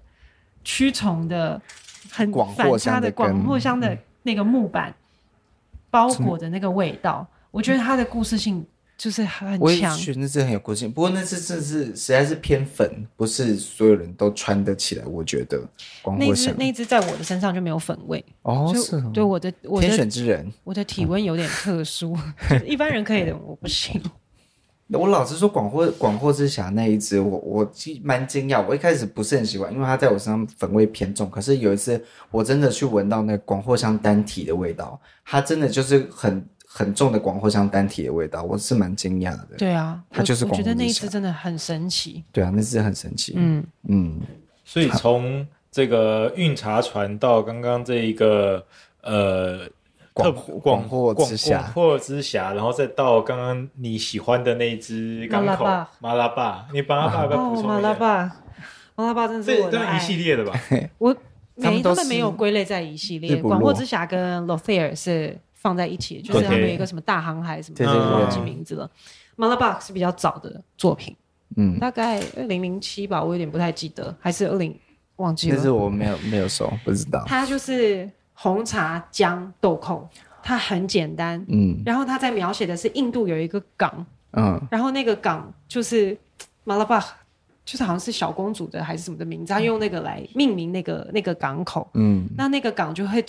Speaker 3: 驱虫的很
Speaker 1: 广藿
Speaker 3: 反
Speaker 1: 香
Speaker 3: 差
Speaker 1: 的嗯
Speaker 3: 的
Speaker 1: 根
Speaker 3: 广藿香的那个木板包裹的那个味道，我觉得他的故事性就是很
Speaker 1: 我也
Speaker 3: 强。
Speaker 1: 觉得那是很有故事性，不过那次真的是实在是偏粉，不是所有人都穿得起来。我觉得广
Speaker 3: 那
Speaker 1: 藿
Speaker 3: 只
Speaker 1: 香
Speaker 3: 那只在我的身上就没有粉味，
Speaker 1: 哦，是
Speaker 3: 所以
Speaker 1: 哦
Speaker 3: 对我的我
Speaker 1: 天
Speaker 3: 的
Speaker 1: 选之人。
Speaker 3: 我的体温有点 特殊，就是一般人可以的，我不行。
Speaker 1: 我老实说，广藿广藿之霞那一只，我我其实蛮惊讶。我一开始不是很喜欢，因为它在我身上粉味偏重。可是有一次，我真的去闻到那个广藿香单体的味道，它真的就是很很重的广藿香单体的味道，我是蛮惊讶的。
Speaker 3: 对啊，
Speaker 1: 它就是
Speaker 3: 我
Speaker 1: 广
Speaker 3: 我觉得
Speaker 1: 藿
Speaker 3: 那一
Speaker 1: 香
Speaker 3: 只真的很神奇。
Speaker 1: 对啊，那只很神奇。
Speaker 3: 嗯，
Speaker 1: 嗯，
Speaker 2: 所以从这个运茶船到刚刚这一个呃
Speaker 1: 广
Speaker 2: 特
Speaker 1: 阔
Speaker 2: 广
Speaker 1: 广阔之峡
Speaker 2: 广阔之峡，然后再到刚刚你喜欢的那只港口
Speaker 3: 马拉巴
Speaker 2: 马拉巴，你帮他爸爸补
Speaker 3: 哦，
Speaker 2: 充
Speaker 3: 马
Speaker 2: 一
Speaker 3: 拉
Speaker 2: 下，
Speaker 3: 巴，马拉巴真的是
Speaker 2: 这
Speaker 3: 我
Speaker 2: 都
Speaker 3: 的
Speaker 2: 是一系
Speaker 3: 爱。
Speaker 2: 列的吧？
Speaker 3: 我
Speaker 1: 他
Speaker 3: 没
Speaker 1: 们都
Speaker 3: 他
Speaker 1: 是
Speaker 3: 们没有归类在一系列，
Speaker 1: 日不落
Speaker 3: 广阔之峡跟 l o t h e r 是放在一起，就是
Speaker 2: OK
Speaker 3: 他们有一个什么大航海什么，
Speaker 1: 对
Speaker 2: 对对
Speaker 3: 忘记名字了。马拉巴是比较早的作品，
Speaker 1: 嗯，
Speaker 3: 大概二零零七吧，我有点不太记得，还是二零忘记
Speaker 1: 但是
Speaker 3: 了。
Speaker 1: 我没有没有熟，不知道。
Speaker 3: 它就是红茶姜豆蔻，它很简单。
Speaker 1: 嗯
Speaker 3: 然后它在描写的是印度有一个港，
Speaker 1: 嗯
Speaker 3: 然后那个港就是马拉巴，就是好像是小公主的还是什么的名字，他用那个来命名那个那个港口。
Speaker 1: 嗯
Speaker 3: 那那个港就会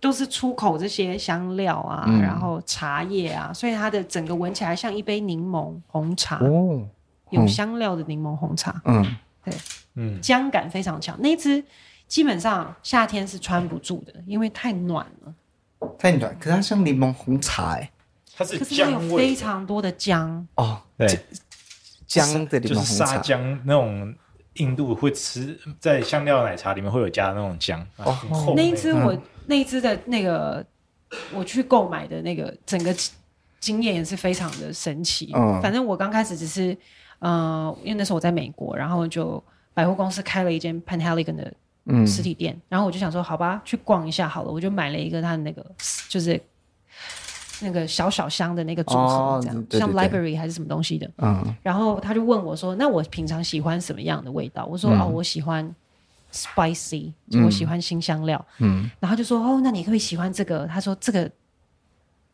Speaker 3: 都是出口这些香料啊，
Speaker 1: 嗯
Speaker 3: 然后茶叶啊，所以它的整个闻起来像一杯柠檬红茶，
Speaker 1: 哦
Speaker 3: 有香料的柠檬红茶，
Speaker 1: 嗯
Speaker 2: 嗯，
Speaker 3: 姜感非常强。那一支基本上夏天是穿不住的，因为太暖了。
Speaker 1: 太暖，可是它像柠檬红茶哎、
Speaker 2: 它是
Speaker 3: 可是它有
Speaker 2: 姜
Speaker 3: 非
Speaker 2: 味，
Speaker 3: 常多的姜，
Speaker 1: 哦，
Speaker 2: 对，
Speaker 1: 姜的柠
Speaker 2: 就
Speaker 1: 檬
Speaker 2: 是
Speaker 1: 红茶
Speaker 2: 沙，姜那种。印度会吃在香料奶茶里面会有加那种姜，
Speaker 1: 哦
Speaker 2: 很厚
Speaker 3: 那
Speaker 2: 那
Speaker 3: 一
Speaker 2: 种
Speaker 3: 支我、
Speaker 1: 嗯
Speaker 3: 那一支的那个我去购买的那个整个经验也是非常的神奇。
Speaker 1: 嗯
Speaker 3: 反正我刚开始只是呃，因为那时候我在美国，然后就百货公司开了一间 Panheligan 的
Speaker 1: 嗯
Speaker 3: 实体店，然后我就想说，好吧，去逛一下好了，我就买了一个它的那个就是。那个小小箱的那个组合
Speaker 1: 哦，
Speaker 3: 这样、
Speaker 1: 对对
Speaker 3: 像
Speaker 1: 对
Speaker 3: library 还是什么东西的，
Speaker 1: 嗯
Speaker 3: 然后他就问我说：“那我平常喜欢什么样的味道？”我说：“
Speaker 1: 嗯
Speaker 3: 哦，我喜欢 spicy，就
Speaker 1: 嗯
Speaker 3: 我喜欢新香料。
Speaker 1: 嗯
Speaker 3: 然后他就说：“哦，那你会喜欢这个？”他说：“这个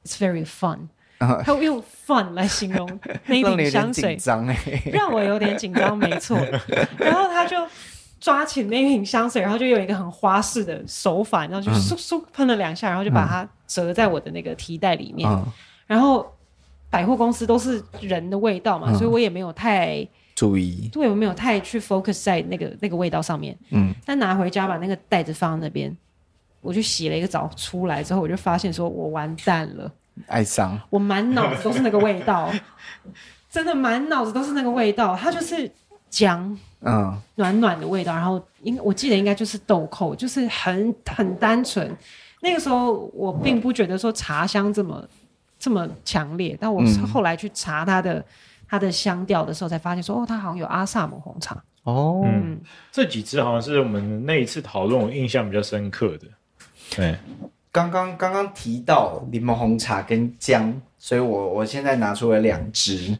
Speaker 3: it's very fun。”
Speaker 1: 啊
Speaker 3: 他会用 fun 来形 容那一
Speaker 1: 让你有
Speaker 3: 瓶
Speaker 1: 点
Speaker 3: 香水
Speaker 1: 紧，张哎，
Speaker 3: 让我有点紧张，没错。然后他就抓起那瓶香水，然后就用一个很花式的手法，然后就嗖嗖喷了两下，然后就把它折在我的那个提袋里面。
Speaker 1: 嗯，
Speaker 3: 然后百货公司都是人的味道嘛，
Speaker 1: 嗯
Speaker 3: 所以我也没有太，
Speaker 1: 注意，
Speaker 3: 对我没有太去 focus 在那个那个味道上面。
Speaker 1: 嗯
Speaker 3: 但拿回家把那个袋子放在那边，我就洗了一个澡出来之后，我就发现说我完蛋了，
Speaker 1: 爱上，
Speaker 3: 我满脑子都是那个味道， 真的满脑子都是那个味道，它就是姜。
Speaker 1: 嗯
Speaker 3: 暖暖的味道，然后应我记得应该就是豆蔻，就是很很单纯。那个时候我并不觉得说茶香这么这么强烈，但我是
Speaker 1: 嗯
Speaker 3: 后来去查它的、它的香调的时候，才发现说哦，它好像有阿萨姆红茶。
Speaker 1: 哦
Speaker 2: 嗯
Speaker 3: 嗯，
Speaker 2: 这几支好像是我们那一次讨论我印象比较深刻的。对，
Speaker 1: 刚刚刚刚提到柠檬红茶跟姜，所以我我现在拿出了两支，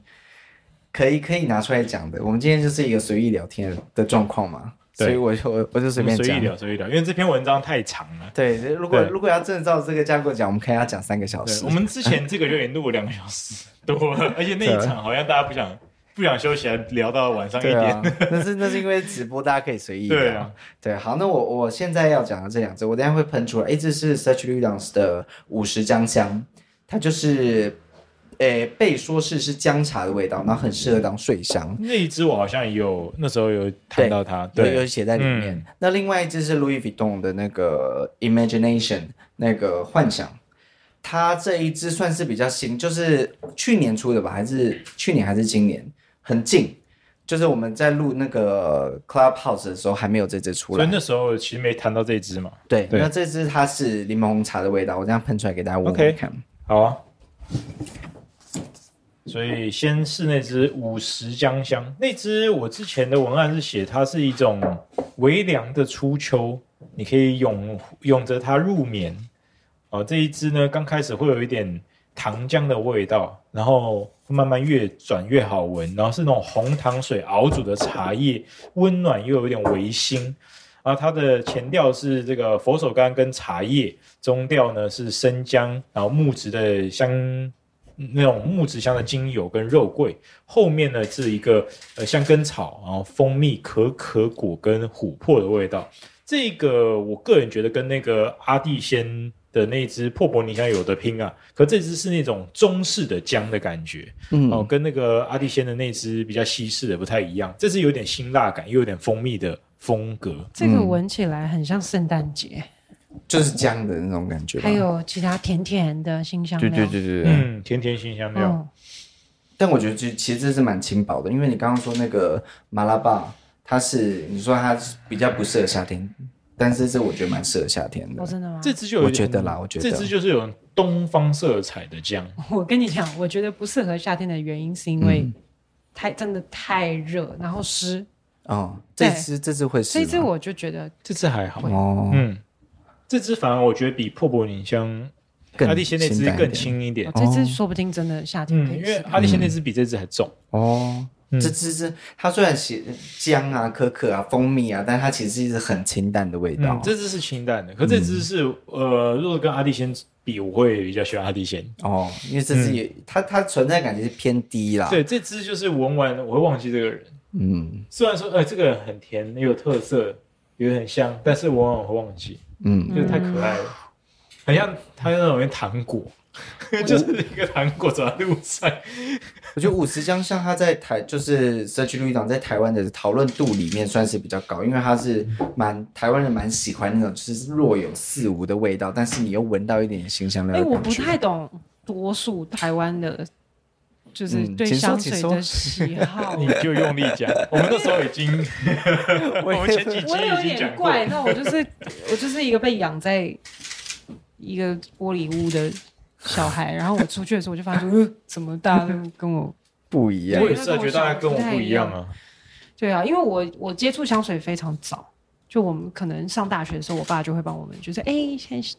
Speaker 1: 可以可以拿出来讲的。我们今天就是一个随意聊天的状况嘛，
Speaker 2: 对
Speaker 1: 所以我就我我就随便
Speaker 2: 我们随
Speaker 1: 讲
Speaker 2: 意。聊，随意聊，因为这篇文章太长了。
Speaker 1: 对，如果
Speaker 2: 对
Speaker 1: 如果要真的照这个架构讲，我们可以要讲三个小
Speaker 2: 对，
Speaker 1: 时
Speaker 2: 我。们之前这个就已经录了两个小时多了，而且那一场好像大家不想不想休息，还聊到晚上一
Speaker 1: 对
Speaker 2: 点。
Speaker 1: 啊， 那是那是因为直播大家可以随意聊。
Speaker 2: 对啊，
Speaker 1: 对，好，那我我现在要讲的这两支，我等一下会喷出来。一支是 Search l u d a n s 的五十姜香，它就是，诶，被说是是姜茶的味道，然后很适合当睡香。
Speaker 2: 那一支我好像有那时候有谈到它，
Speaker 1: 有
Speaker 2: 对嗯
Speaker 1: 有写在里面。那另外一只是 Louis Vuitton 的那个 Imagination 那个幻想，它这一支算是比较新，就是去年出的吧，还是去年还是今年，很近。就是我们在录那个 Clubhouse 的时候还没有这支出
Speaker 2: 所以
Speaker 1: 来。
Speaker 2: 那时候其实没谈到这支嘛。
Speaker 1: 对，
Speaker 2: 对
Speaker 1: 那这支它是柠檬红茶的味道，我这样喷出来给大家闻闻
Speaker 2: OK
Speaker 1: 看。
Speaker 2: 好啊，所以先是那支五十江香，那支我之前的文案是写它是一种微凉的初秋，你可以拥拥着它入眠。哦，这一支呢，刚开始会有一点糖浆的味道，然后慢慢越转越好闻，然后是那种红糖水熬煮的茶叶，温暖又有一点微腥。然后它的前调是这个佛手柑跟茶叶，中调呢是生姜，然后木质的香，那种木质香的精油跟肉桂，后面呢是一个呃香根草，然后蜂蜜、可可果跟琥珀的味道。这个我个人觉得跟那个阿蒂仙的那只破帛泥香有的拼啊，可这只是那种中式的姜的感觉，
Speaker 1: 嗯
Speaker 2: 哦，跟那个阿蒂仙的那只比较西式的不太一样，这只有点辛辣感，又有点蜂蜜的风格。
Speaker 3: 这个闻起来很像圣诞节，
Speaker 1: 就是姜的那种感觉吧。
Speaker 3: 还有其他甜甜的新香料。
Speaker 1: 对，对对对对。啊
Speaker 2: 嗯，甜甜辛香料，
Speaker 3: 嗯，
Speaker 1: 但我觉得这其实这是蛮轻薄的，因为你刚刚说那个麻辣霸，它是你说它是比较不适合夏天，但是这我觉得蛮适合夏天的
Speaker 3: 哦，。真的吗？
Speaker 4: 这支就有
Speaker 1: 我
Speaker 4: 点
Speaker 1: 觉得啦我觉得
Speaker 4: 这支就是有东方色彩的姜，
Speaker 3: 我跟你讲，我觉得不适合夏天的原因是因为
Speaker 1: 嗯
Speaker 3: 太、真的太热，然后湿，
Speaker 1: 哦，
Speaker 3: 对
Speaker 1: 这支这支会是
Speaker 3: 所
Speaker 1: 吗，
Speaker 3: 以这我就觉得
Speaker 4: 这支还好。
Speaker 1: 哦
Speaker 4: 嗯，这支反而我觉得比破柏宁香
Speaker 1: 更
Speaker 4: 阿蒂仙那
Speaker 1: 清
Speaker 4: 支
Speaker 1: 淡一
Speaker 4: 更
Speaker 1: 点
Speaker 4: 轻一点
Speaker 3: 哦。这次说不定真的夏天
Speaker 4: 嗯
Speaker 3: 可，以
Speaker 4: 因
Speaker 3: 吃
Speaker 4: 为。阿蒂仙那支比这支还重。
Speaker 1: 哦。
Speaker 4: 嗯
Speaker 1: 这支这它虽然写姜啊、可可啊、蜂蜜啊，但它其实是一直很清淡的味道
Speaker 4: 嗯，。这支是清淡的，可这支是呃，如果跟阿蒂仙比，我会比较喜欢阿蒂仙。
Speaker 1: 哦，因为这支也、它它存在感其实偏低啦。
Speaker 4: 对，，这支就是闻完我会忘记这个人。
Speaker 1: 嗯
Speaker 4: 虽然说呃，这个人很甜，也有特色，也很香，但是我往往会忘记，
Speaker 1: 嗯，
Speaker 4: 就是太可爱了，很像他那种糖 果，就是一个糖果走在路上。
Speaker 1: 我觉得五十姜像它在台就是社区绿党在台湾的讨论度里面算是比较高，因为它是蛮台湾人蛮喜欢那种就是若有似无的味道，但是你又闻到一点新香料
Speaker 3: 哎、
Speaker 1: 的
Speaker 3: 我
Speaker 1: 感
Speaker 3: 不
Speaker 1: 觉。
Speaker 3: 太懂多数台湾的，就是
Speaker 1: 嗯
Speaker 3: 对
Speaker 1: 请说
Speaker 3: 香
Speaker 1: 请
Speaker 3: 水
Speaker 1: 说
Speaker 3: 的喜好。
Speaker 4: 你就用力讲，我们那时候已经， 我们前几集
Speaker 3: 我有
Speaker 4: 已经
Speaker 3: 点
Speaker 4: 讲过，
Speaker 3: 怪，那我就是我就是一个被养在一个玻璃屋的小孩，然后我出去的时候我就发现说，呃怎么大家都跟我
Speaker 1: 不一样
Speaker 4: 我，也是啊觉得大家跟我不一样啊。
Speaker 3: 对啊，因为我我接触香水非常早，就我们可能上大学的时候，我爸就会帮我们，就是哎，现在是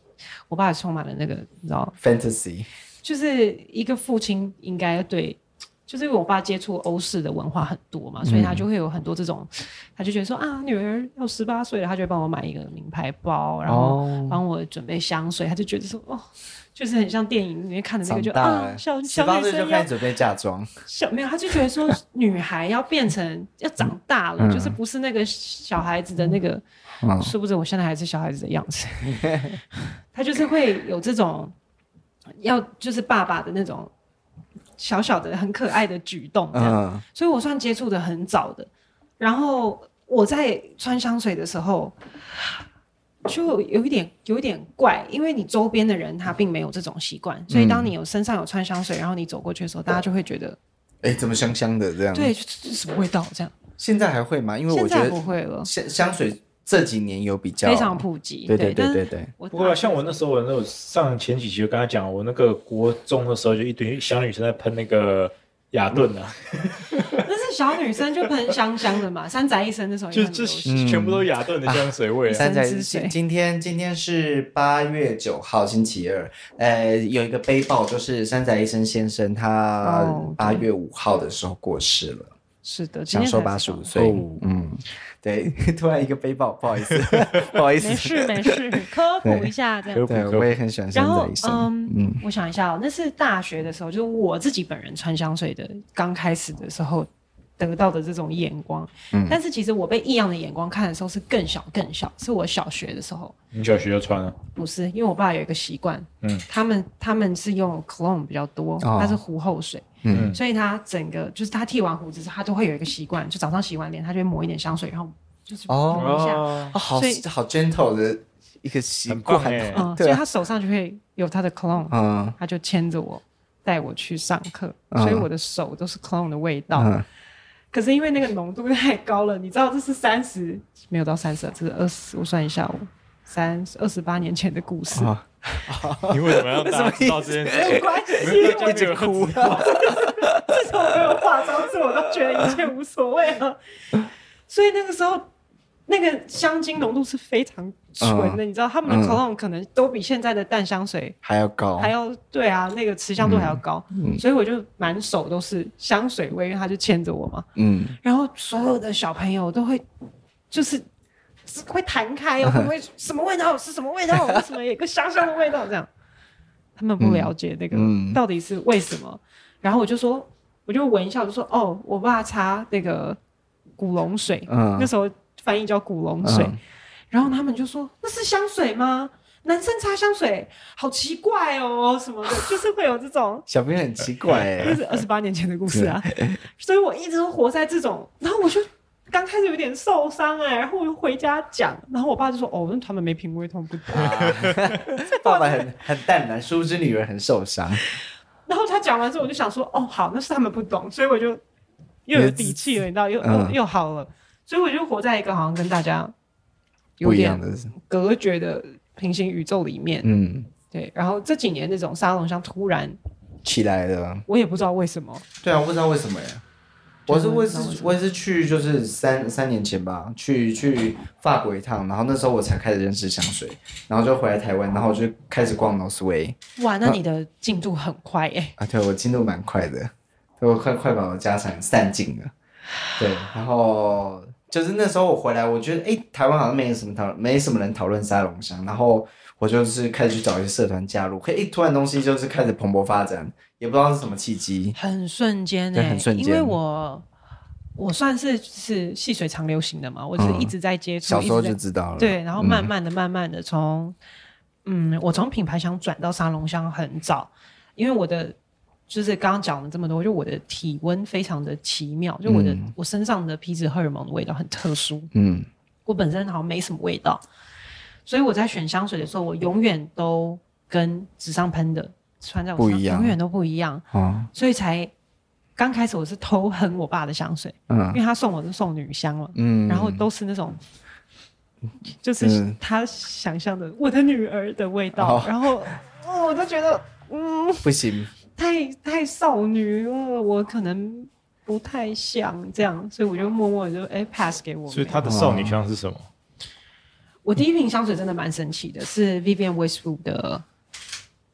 Speaker 3: 我爸充满了那个，你知道，
Speaker 1: fantasy
Speaker 3: 就是一个父亲应该对，就是因为我爸接触欧式的文化很多嘛，所以他
Speaker 1: 嗯
Speaker 3: 就会有很多这种，他就觉得说啊，女儿要十八岁了，他就会帮我买一个名牌包，然后
Speaker 1: 哦
Speaker 3: 帮我准备香水，他就觉得说哦，就是很像电影里面看的那
Speaker 1: 长
Speaker 3: 个就
Speaker 1: 大
Speaker 3: 啊
Speaker 1: 了，，
Speaker 3: 小
Speaker 1: 十
Speaker 3: 小
Speaker 1: 八
Speaker 3: 女
Speaker 1: 岁就
Speaker 3: 生要
Speaker 1: 开始准备嫁妆，
Speaker 3: 小没有，他就觉得说女孩要变成要长大了，
Speaker 1: 嗯
Speaker 3: 就是不是那个小孩子的那个，
Speaker 1: 嗯
Speaker 3: 殊不知我现在还是小孩子的 样子。他就是会有这种要就是爸爸的那种小小的很可爱的举动这样，
Speaker 1: 嗯，
Speaker 3: 所以我算接触的很早的。然后我在穿香水的时候。就有一点有一点怪，因为你周边的人他并没有这种习惯，所以当你有身上有穿香水，然后你走过去的时候，大家就会觉得
Speaker 1: 哎，怎么香香的这样？，
Speaker 3: 对，就是什么味道这样？
Speaker 1: 现在还会吗？因为我
Speaker 3: 现
Speaker 1: 觉
Speaker 3: 在不
Speaker 1: 得
Speaker 3: 会了，
Speaker 1: 香香水这几年有比较
Speaker 3: 非常普及。
Speaker 1: 对对
Speaker 3: 但
Speaker 1: 对
Speaker 3: 是
Speaker 1: 对对，
Speaker 3: 我
Speaker 4: 不过像我那时候，我那种上前几集就跟他讲，我那个国中的时候就一堆小女生在喷那个雅顿啊，
Speaker 3: 那是小女生就喷香香的嘛，山宅一生那时候也
Speaker 4: 就
Speaker 3: 很
Speaker 4: 这
Speaker 3: 流行。
Speaker 4: 全部都是雅顿的香水嗯味、啊。
Speaker 1: 三宅
Speaker 3: 之水
Speaker 1: 今今天今天是八月九号星期二，呃，有一个悲报，就是山宅一生先生他
Speaker 3: 哦对
Speaker 1: 八月五号的时候过世了，
Speaker 3: 是的，今
Speaker 1: 享
Speaker 3: 天
Speaker 1: 受
Speaker 3: 才
Speaker 1: 八
Speaker 3: 知
Speaker 1: 十
Speaker 3: 道
Speaker 1: 五岁。嗯，对， 突然一个悲报，不好意思， 不好意思
Speaker 3: 没，事 没事，科普一下这样。
Speaker 4: 科普
Speaker 1: 对，
Speaker 4: 科普
Speaker 1: 我也很喜欢
Speaker 3: 然
Speaker 1: 山
Speaker 3: 后
Speaker 1: 宅一，生。
Speaker 3: 嗯，我想一下哦，那是大学的时候，就是我自己本人穿香水的，刚开始的时候得到的这种眼光。
Speaker 1: 嗯
Speaker 3: 但是其实我被异样的眼光看的时候是更小更小，是我小学的时候。
Speaker 4: 你小学就穿了、
Speaker 3: 不是，因为我爸有一个习惯，
Speaker 4: 嗯
Speaker 3: 他们他们是用 cologne 比较多，
Speaker 1: 哦
Speaker 3: 他是胡后水，
Speaker 4: 嗯
Speaker 3: 所以他整个就是他剃完胡子之后，他都会有一个习惯，就早上洗完脸，他就会抹一点香水，然后就是
Speaker 1: 哦
Speaker 3: 抹一下，
Speaker 1: 哦，好
Speaker 3: 所以
Speaker 1: 好 gentle 的一个习
Speaker 4: 很
Speaker 1: 惯
Speaker 4: 棒，哎、
Speaker 3: 嗯，所
Speaker 1: 对
Speaker 3: 以
Speaker 1: 啊
Speaker 3: 他手上就会有他的 cologne，、
Speaker 1: 嗯
Speaker 3: 他就牵着我带我去上课，
Speaker 1: 嗯
Speaker 3: 所以我的手都是 cologne 的味道。
Speaker 1: 嗯，
Speaker 3: 可是因为那个浓度太高了，你知道这是三十没有到三十，啊这是二十，我算一下我。哦三二十八年前的故事，
Speaker 1: 啊
Speaker 4: 你 为什么要让大家知道这件
Speaker 3: 没有
Speaker 4: 事？
Speaker 3: 关系，
Speaker 4: 一直 哭，
Speaker 3: 自从 我有化妆之后，我都觉得一切无所谓了。所以那个时候，那个香精浓度是非常纯的，你知道他们
Speaker 1: 嗯
Speaker 3: 的 cologne 可能都比现在的淡香水
Speaker 1: 还要高，
Speaker 3: 还要、对啊，那个持香度还要高，所以我就满手都是香水味，因为他就牵着我嘛。
Speaker 1: 嗯，
Speaker 3: 然后所有的小朋友都会就是。是会弹开哦，会不会什么味道？是什么味道？为什么有一个香香的味道？这样，他们不了解那个
Speaker 1: 嗯
Speaker 3: 到底是为什么。然后我就说，我就闻一下，我就说，哦，我爸擦那个古龙水，
Speaker 1: 嗯
Speaker 3: 那时候翻译叫古龙水。
Speaker 1: 嗯
Speaker 3: 然后他们就说，那是香水吗？男生擦香水好奇怪哦，什么的，就是会有这种
Speaker 1: 小朋友很奇怪
Speaker 3: 那
Speaker 1: 哎，
Speaker 3: 是二十八年前的故事啊， 所以我一直都活在这种，然后我就刚开始有点受伤哎、然后我又回家讲，然后我爸就说：“哦，那他们没品味，他们不懂。
Speaker 1: 啊爸爸很很淡然，殊不知女儿很受伤。”
Speaker 3: 然后他讲完之后，我就想说：“哦，好，那是他们不懂。”所以我就又有底气了，你知道，又、
Speaker 1: 嗯
Speaker 3: 又又好了。所以我就活在一个好像跟大家有
Speaker 1: 不一样
Speaker 3: 点
Speaker 1: 的，
Speaker 3: 隔绝的平行宇宙里面。
Speaker 1: 嗯，
Speaker 3: 对，然后这几年那种沙龙像突然，
Speaker 1: 起来了。
Speaker 3: 我也不知道为什么，
Speaker 1: 对啊，我不知道为什么呀。我是我也是我也是去就是三三年前吧，去去法国一趟，然后那时候我才开始认识香水，然后就回来台湾，然后我就开始逛 n o s w a y
Speaker 3: 哇，那你的进度很快哎、
Speaker 1: 啊，对我进度蛮快的，对我快快把我家产散尽了。对，然后就是那时候我回来，我觉得诶，台湾好像没有什么讨论，没什么人讨论沙龙香，然后我就是开始去找一些社团加入，可诶，突然东西就是开始蓬勃发展，也不知道是什么契机。
Speaker 3: 很瞬间
Speaker 1: 对
Speaker 3: 哎、
Speaker 1: 很瞬间
Speaker 3: 因为我我算是是细水长流型的嘛，我是
Speaker 1: 嗯
Speaker 3: 一直在接触，
Speaker 1: 小时候
Speaker 3: 一直
Speaker 1: 就
Speaker 3: 在
Speaker 1: 知道了，嗯
Speaker 3: 对，然后慢慢的、慢慢的从，嗯，我从品牌香转到沙龙香很早，因为我的就是刚刚讲了这么多，就我的体温非常的奇妙，就我的、
Speaker 1: 嗯
Speaker 3: 我身上的皮质荷尔蒙的味道很特殊，
Speaker 1: 嗯，
Speaker 3: 我本身好像没什么味道，所以我在选香水的时候，我永远都跟纸上喷的穿在我
Speaker 1: 不
Speaker 3: 身
Speaker 1: 一
Speaker 3: 上
Speaker 1: 样
Speaker 3: 永远都不一样，
Speaker 2: 啊
Speaker 1: 哦，
Speaker 3: 所以才刚开始我是偷哼我爸的香水，
Speaker 1: 嗯
Speaker 3: 因为他送我是送女香嘛，
Speaker 1: 嗯，
Speaker 3: 然后都是那种，就是
Speaker 1: 嗯
Speaker 3: 他想象的我的女儿的味道，
Speaker 1: 哦
Speaker 3: 然后、哦、我就觉得
Speaker 1: 不行，
Speaker 3: 太太少女了，我可能不太像这样，所以我就默默地就哎、pass 给我妹。
Speaker 2: 所以他的少女香是什么？
Speaker 3: 我第一瓶香水真的蛮神奇的，是 Vivian Westwood 的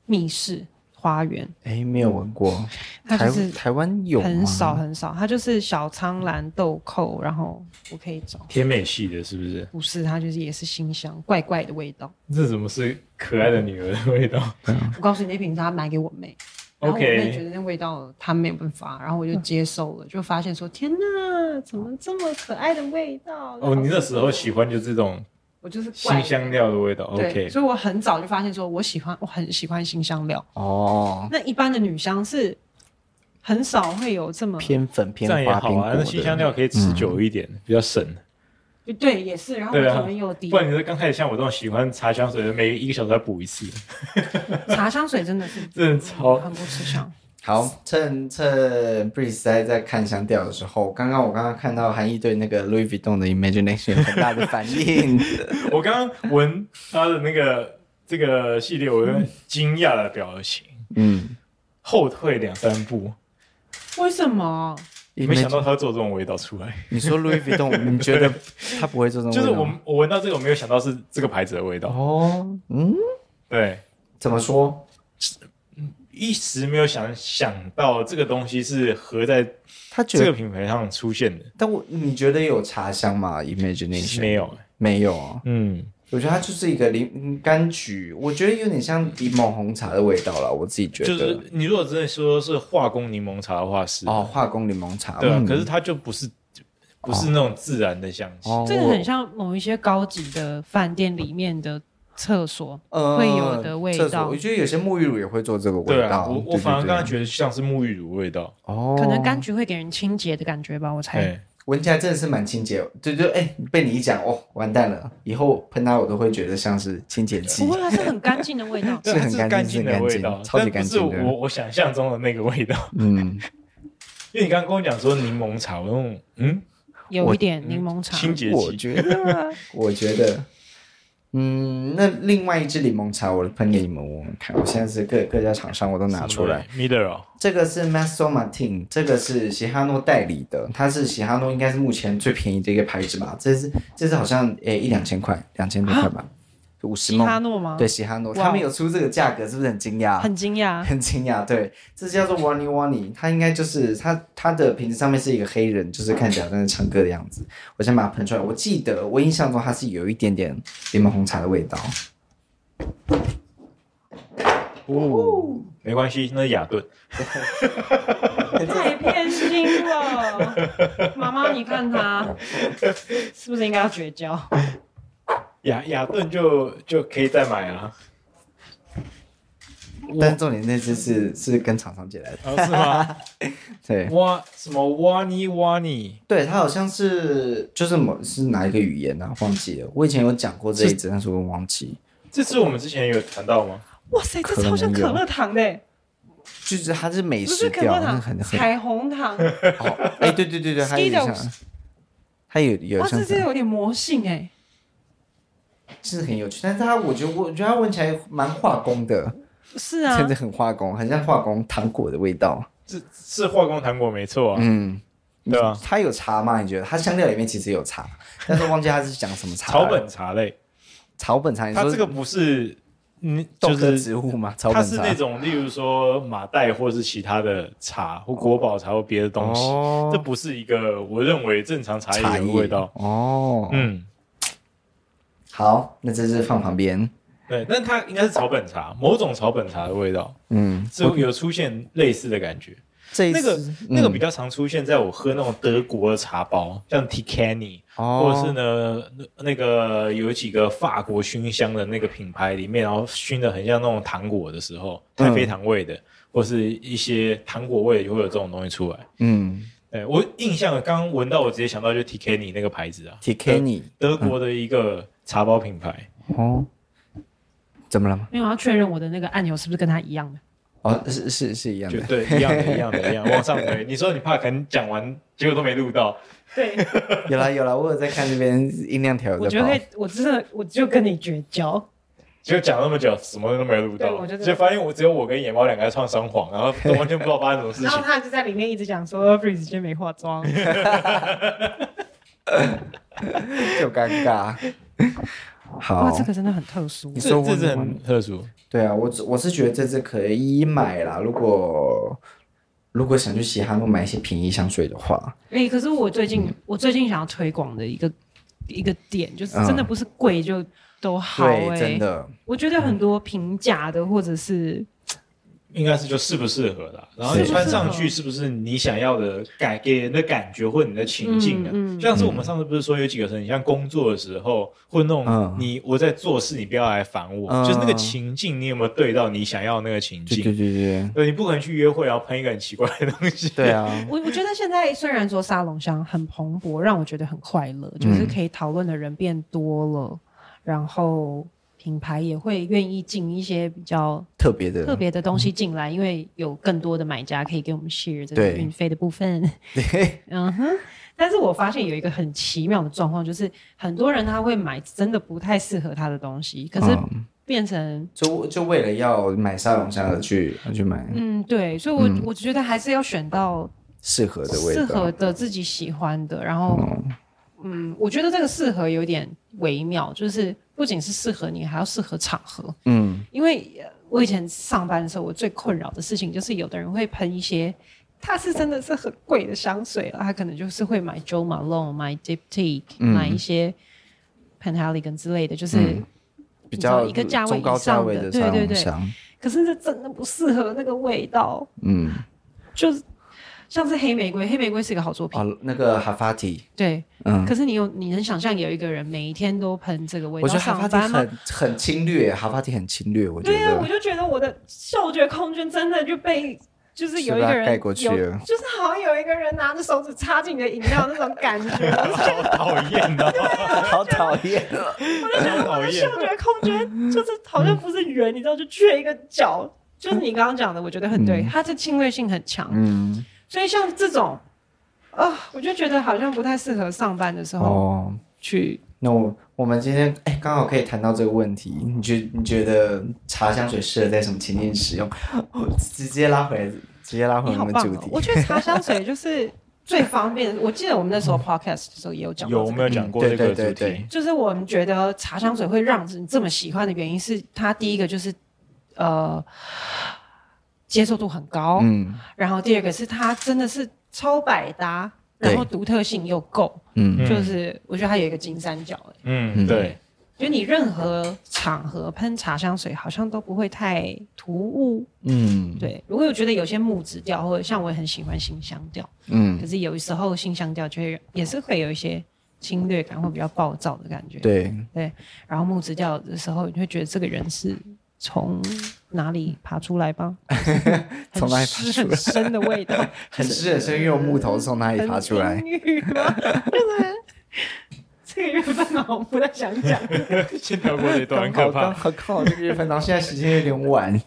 Speaker 3: 密室花园，
Speaker 1: 哎，没有闻
Speaker 2: 嗯
Speaker 1: 过，
Speaker 3: 它
Speaker 1: 台
Speaker 3: 就是
Speaker 1: 台湾有吗
Speaker 3: 很少，很少，它就是小苍兰豆蔻，然后我可以找。
Speaker 2: 甜美系的，是不是？
Speaker 3: 不是，它就是也是新香，怪怪的味道。
Speaker 2: 这怎么是可爱的女儿的味道？
Speaker 3: 我告诉你，那瓶是他买给我妹。然后我
Speaker 2: OK
Speaker 3: 妹觉得那味道她没有办法，然后我就接受了，就发现说天哪，怎么这么可爱的味道？
Speaker 2: 哦，你那时候喜欢就这种
Speaker 3: 我就是怪
Speaker 2: 新香料的味道。
Speaker 3: 对
Speaker 2: OK，
Speaker 3: 所以我很早就发现说我喜欢，我很喜欢新香料。
Speaker 1: 哦，
Speaker 3: 那一般的女香是很少会有这么
Speaker 1: 偏粉
Speaker 2: 这
Speaker 1: 偏
Speaker 2: 样也
Speaker 1: 花
Speaker 2: 好
Speaker 1: 偏
Speaker 2: 啊。
Speaker 1: 果
Speaker 2: 那
Speaker 1: 的
Speaker 2: 新香料可以持久一点，比较省。
Speaker 3: 对，也是。然后我
Speaker 2: 对啊
Speaker 3: 可能有滴
Speaker 2: 不然你说刚开始像我这种喜欢茶香水的，每一个小时要补一次，
Speaker 3: 茶香水真的是
Speaker 2: 真的超
Speaker 3: 很不吃香。
Speaker 1: 好，趁趁 Breeze 在在看香调的时候，刚刚我刚刚看到韩毅对那个 Louis Vuitton 的 Imagination 有很大的反 应，
Speaker 2: 我刚刚闻他的那个这个系列，我有点惊讶的表情，
Speaker 1: 嗯，
Speaker 2: 后退两三步，
Speaker 3: 为什么？
Speaker 2: 没想到他会做这种味道出来。
Speaker 1: 嗯你说 Louis Vuitton，你 觉得他不会做这种？
Speaker 2: 就是我我闻到这个，我没有想到是这个牌子的味道。
Speaker 1: 哦，嗯，
Speaker 2: 对，
Speaker 1: 怎么说？
Speaker 2: 一时没有想想到这个东西是合在
Speaker 1: 他觉
Speaker 2: 这个
Speaker 1: 得，
Speaker 2: 品牌上出现的，
Speaker 1: 但我你觉得有茶香吗
Speaker 2: 其实
Speaker 1: ？Imagination
Speaker 2: 没有、
Speaker 1: 没有啊，
Speaker 2: 嗯，
Speaker 1: 我觉得它就是一个柠柑橘，我觉得有点像柠檬红茶的味道了，我自己觉得。
Speaker 2: 就是你如果真的说是化工柠檬茶的话是，
Speaker 1: 哦，化工柠檬茶，
Speaker 2: 对啊，
Speaker 1: 嗯
Speaker 2: 可是它就不是不是那种自然的香气。
Speaker 1: 哦
Speaker 3: 这个很像某一些高级的饭店里面的厕所。
Speaker 1: 呃
Speaker 3: 会有的味道
Speaker 1: 厕所我觉得有些沐浴乳也会做这个味
Speaker 2: 对
Speaker 1: 道。
Speaker 2: 啊，我
Speaker 1: 对
Speaker 2: 我反而
Speaker 1: 对
Speaker 2: 刚刚觉得像是沐浴乳味道，
Speaker 1: 哦，
Speaker 3: 可能柑橘会给人清洁的感觉吧，我猜。
Speaker 2: 对，
Speaker 1: 闻起来真的是蛮清洁。对对，哎，被你一讲，哦，完蛋了，以后喷它我都会觉得像是清洁剂。
Speaker 3: 不。会啊，是很干净的味道
Speaker 1: 是
Speaker 2: 对它啊
Speaker 1: 很干净
Speaker 2: 干
Speaker 1: 是很
Speaker 2: 的
Speaker 1: 干
Speaker 2: 味
Speaker 1: 净
Speaker 2: 道，
Speaker 1: 超级
Speaker 2: 但
Speaker 1: 干
Speaker 2: 不是
Speaker 1: 净的
Speaker 2: 我我想象中的那个味道。
Speaker 1: 嗯，
Speaker 2: 因为你刚刚跟我讲说柠檬茶，我用嗯
Speaker 3: 有一点柠檬茶，
Speaker 2: 清洁
Speaker 1: 我
Speaker 2: 剂，
Speaker 1: 觉得，我觉得，嗯，那另外一支柠檬茶，我喷给你们闻闻看。我现在是各各家厂商我都拿出来。
Speaker 2: ，Miller 哦，
Speaker 1: 这个是 Masso Martin，这个是喜哈诺代理的，它是喜哈诺应该是目前最便宜的一个牌子吧？这是这是好像诶、一两千块，两千多块吧，五十
Speaker 3: 西
Speaker 1: 梦
Speaker 3: 哈诺啊吗？
Speaker 1: 对，，喜哈诺，
Speaker 3: 哇
Speaker 1: 他们有出这个价格，是不是很惊讶？
Speaker 3: 很惊 讶。
Speaker 1: 很惊讶，对，这叫做 Wani Wani，它应该就是它它的瓶子上面是一个黑人，就是看起来好像在唱歌的样子。我先把它喷出来，我记得我印象中它是有一点点柠檬红茶的味道。
Speaker 2: 哦，没关系，那是雅顿，
Speaker 3: 太偏心了，妈妈，你看他是不是应该要绝交？
Speaker 2: 雅雅顿就就可以再买啊，
Speaker 1: 但重点那只是是跟厂商借来的，
Speaker 2: 啊是 吗？
Speaker 1: 对
Speaker 2: 哇，什么哇尼哇尼，
Speaker 1: 对，它好像是就是某是哪一个语言啊，忘记了。我以前有讲过这一支，但是我忘记，
Speaker 2: 这次我们之前有谈到吗？
Speaker 3: 哇塞，这超像可乐糖的，欸
Speaker 1: 就是它是美
Speaker 3: 不
Speaker 1: 食
Speaker 3: 是可
Speaker 2: 啊
Speaker 1: 调，
Speaker 3: 乐
Speaker 1: 那
Speaker 3: 糖
Speaker 1: 很，很
Speaker 3: 彩虹糖。
Speaker 1: 好。哎，对对对对，还有点像
Speaker 3: Skittles，
Speaker 1: 它有有
Speaker 2: 哦
Speaker 3: 哇，
Speaker 1: 像
Speaker 3: 这
Speaker 1: 这
Speaker 3: 是
Speaker 1: 样，
Speaker 3: 有点魔性哎、
Speaker 1: 是很有趣。但是它，我觉得我我觉得它闻起来蛮化工的，
Speaker 3: 是啊
Speaker 1: 真，的很化工，很像化工糖果的味道。
Speaker 2: 是是化工糖果没错啊，
Speaker 1: 嗯，
Speaker 2: 对吧？
Speaker 1: 它有茶吗？你觉得它香料里面其实有茶，但是忘记它是讲什么茶了。
Speaker 2: 草本茶类，
Speaker 1: 草本茶，你
Speaker 2: 它
Speaker 1: 说
Speaker 2: 这个不是嗯，
Speaker 1: 豆
Speaker 2: 就
Speaker 1: 科
Speaker 2: 是
Speaker 1: 植物吗？草
Speaker 2: 它
Speaker 1: 本
Speaker 2: 是
Speaker 1: 茶
Speaker 2: 那种，例如说马黛或是其他的茶或国宝茶或别的东西，这
Speaker 1: 哦，
Speaker 2: 不是一个我认为正常茶
Speaker 1: 茶
Speaker 2: 叶有的味道。
Speaker 1: 哦。
Speaker 2: 嗯，
Speaker 1: 好，那这是放旁边。
Speaker 2: 对，但它应该是草本茶，某种草本茶的味道，
Speaker 1: 嗯，
Speaker 2: 是有出现类似的感觉。
Speaker 1: 这一
Speaker 2: 那个
Speaker 1: 次
Speaker 2: 那个
Speaker 1: 嗯
Speaker 2: 比较常出现在我喝那种德国的茶包，像 Ticani，
Speaker 1: 哦
Speaker 2: 或者是呢那那个有几个法国熏香的那个品牌里面，然后熏的很像那种糖果的时候，
Speaker 1: 嗯
Speaker 2: 太妃糖味的，或是一些糖果味就会有这种东西出来。
Speaker 1: 嗯
Speaker 2: 对我印象刚刚闻到，我直接想到就是 Ticani 那个牌子啊
Speaker 1: t i k a n i
Speaker 2: 德国的一个茶包品牌。
Speaker 1: 哦，怎么了吗？
Speaker 3: 没有我要确认我的那个按钮是不是跟它一样的。
Speaker 1: 哦，是是是一样
Speaker 2: 就
Speaker 1: 的。
Speaker 2: 对，一样的，一样的，一样。往上推，你说你怕可能讲完，结果都没录到，
Speaker 3: 对，
Speaker 1: 有啦有啦，我有在看这边音量条有
Speaker 3: 我
Speaker 1: 在
Speaker 3: 觉得可
Speaker 1: 跑
Speaker 3: 以。，我真的我就跟你绝 交。
Speaker 2: 结果讲那么久，什么都没有录
Speaker 3: 对
Speaker 2: 到，
Speaker 3: 我就
Speaker 2: 就发现我只有我跟野猫两个在唱双簧，然后都完全不知道发生什么 事
Speaker 3: 然后
Speaker 2: 情。
Speaker 3: 他就在里面一直讲说 f r e e 今天没化妆。
Speaker 1: 就尴尬。好
Speaker 3: 哇，，这个真的很特殊
Speaker 1: 你。
Speaker 2: 这
Speaker 1: 说
Speaker 2: 这是
Speaker 1: 温暖
Speaker 2: 很特殊，
Speaker 1: 对啊，我只我是觉得这支可以买啦。如果如果想去西哈诺买一些便宜香水的话，
Speaker 3: 哎、可是我最近、我最近想要推广的一个一个点，就是
Speaker 1: 嗯
Speaker 3: 真的不是贵就都好哎、
Speaker 1: 对，真的，嗯
Speaker 3: 我觉得很多平价的或者是
Speaker 2: 应该是就适不适合啦。然后
Speaker 1: 是
Speaker 2: 你穿上去是不是你想要的感给人的感觉或你的情境啊？
Speaker 3: 嗯嗯
Speaker 2: 像是我们上次不是说有几个人，你像工作的时候或那
Speaker 1: 嗯
Speaker 2: 种你我在做事，你不要来烦我，
Speaker 1: 嗯
Speaker 2: 就是那个情境，你有没有对到你想要的那个情
Speaker 1: 对
Speaker 2: 境？
Speaker 1: 对对对
Speaker 2: 对，你不可能去约会，然后喷一个很奇怪的东 西。
Speaker 1: 对啊，
Speaker 3: 我我觉得现在虽然说沙龙香很蓬勃，让我觉得很快乐，
Speaker 1: 嗯
Speaker 3: 就是可以讨论的人变多了，然后品牌也会愿意进一些比较
Speaker 1: 特别的
Speaker 3: 特别的东西进来，因为有更多的买家可以给我们 share 这个
Speaker 1: 对
Speaker 3: 运费的部分。
Speaker 1: 对，
Speaker 3: 嗯哼，但是我发现有一个很奇妙的状况，就是很多人他会买真的不太适合他的东西，可是
Speaker 1: 嗯
Speaker 3: 变成
Speaker 1: 就就为了要买沙龙香而去而去买
Speaker 3: 嗯对，所以我、
Speaker 1: 嗯
Speaker 3: 我觉得还是要选到
Speaker 1: 适合的味
Speaker 3: 适
Speaker 1: 道
Speaker 3: 合，的自己喜欢的，然后
Speaker 1: 嗯
Speaker 3: 嗯，我觉得这个适合有点微妙，就是不仅是适合你，还要适合场合。
Speaker 1: 嗯
Speaker 3: 因为呃我以前上班的时候，我最困扰的事情就是有的人会喷一些，它是真的是很贵的香水了，他可能就是会买 Jo Malone、买 Diptyque、
Speaker 1: 嗯
Speaker 3: 买一些 Penhaligon 之类的，就是、
Speaker 1: 嗯比较
Speaker 3: 一个价位
Speaker 1: 中高
Speaker 3: 以上
Speaker 1: 价位
Speaker 3: 的
Speaker 1: 沙
Speaker 3: 对对
Speaker 1: 龙
Speaker 3: 对
Speaker 1: 香，
Speaker 3: 可是这真的不适合那个味道，
Speaker 1: 嗯，
Speaker 3: 就是像是黑玫瑰，黑玫瑰是一个好作品，
Speaker 1: 哦，那个哈法提，
Speaker 3: 对。
Speaker 1: 嗯，
Speaker 3: 可是你有你能想象有一个人每一天都喷这个味
Speaker 1: 我
Speaker 3: 道
Speaker 1: 觉得哈
Speaker 3: 上
Speaker 1: 法提
Speaker 3: 班吗？
Speaker 1: 很很侵略，哈法提很侵略，我觉
Speaker 3: 对啊，我
Speaker 1: 得
Speaker 3: 就觉得我的嗅觉空间真的就被就是有一个
Speaker 1: 是
Speaker 3: 人
Speaker 1: 吧盖过去
Speaker 3: 有
Speaker 1: 了
Speaker 3: 就是好像有一个人拿着手指插进你的饮料那种感觉， 我就觉得
Speaker 2: 讨厌的，
Speaker 1: 好讨厌，
Speaker 2: 好讨
Speaker 3: 我的
Speaker 2: 厌
Speaker 3: 嗅。觉空间就是好像不是圆，你知道，就缺一个角。就是你刚刚讲的，我觉得很对，它的侵略性很强，
Speaker 1: 嗯，
Speaker 3: 所以像这种啊，我就觉得好像不太适合上班的时候
Speaker 1: 哦。
Speaker 3: 去。
Speaker 1: 那我我们今天哎，刚好可以谈到这个问题。你觉你觉得茶香水适合在什么情境使用？ 直接拉回来，直接拉回
Speaker 3: 你
Speaker 1: 我
Speaker 3: 好
Speaker 1: 们
Speaker 3: 棒
Speaker 1: 主
Speaker 3: 哦！
Speaker 1: 题。
Speaker 3: 我觉得茶香水就是最方便的。我记得我们那时候 podcast 的时候也有讲到这
Speaker 2: 有
Speaker 3: 个
Speaker 2: 我们有讲过这
Speaker 1: 对
Speaker 2: 个
Speaker 1: 对
Speaker 2: 主
Speaker 1: 对
Speaker 2: 题，
Speaker 3: 就是我们觉得茶香水会让人这么喜欢的原因是，它第一个就是呃接受度很高，
Speaker 1: 嗯
Speaker 3: 然后第二个是它真的是超百搭，
Speaker 1: 对
Speaker 3: 然后独特性又够，
Speaker 1: 嗯
Speaker 2: 嗯
Speaker 3: 就是我觉得它有一个金三角、欸，
Speaker 1: 嗯
Speaker 2: 嗯，对，
Speaker 3: 就你任何场合喷茶香水好像都不会太突兀。
Speaker 1: 嗯
Speaker 3: 对，如果我觉得有些木质调，或者像我也很喜欢新香调，
Speaker 1: 嗯
Speaker 3: 可，是有时候新香调就会也是会有一些侵略感，或比较暴躁的感觉。
Speaker 1: 对，
Speaker 3: 然后木质调的时候，你会觉得这个人是从哪里爬出来 吧？
Speaker 1: 从哪里爬
Speaker 3: 很湿很深的味道，
Speaker 1: 很湿很深，用木头从哪里爬出来
Speaker 3: 很？阴郁吗？ 就是 这个月份好像不太想 讲。
Speaker 2: 先跳过这段，很可
Speaker 1: 刚
Speaker 2: 怕。
Speaker 1: 好刚好这个月份，然后现在时间有点晚。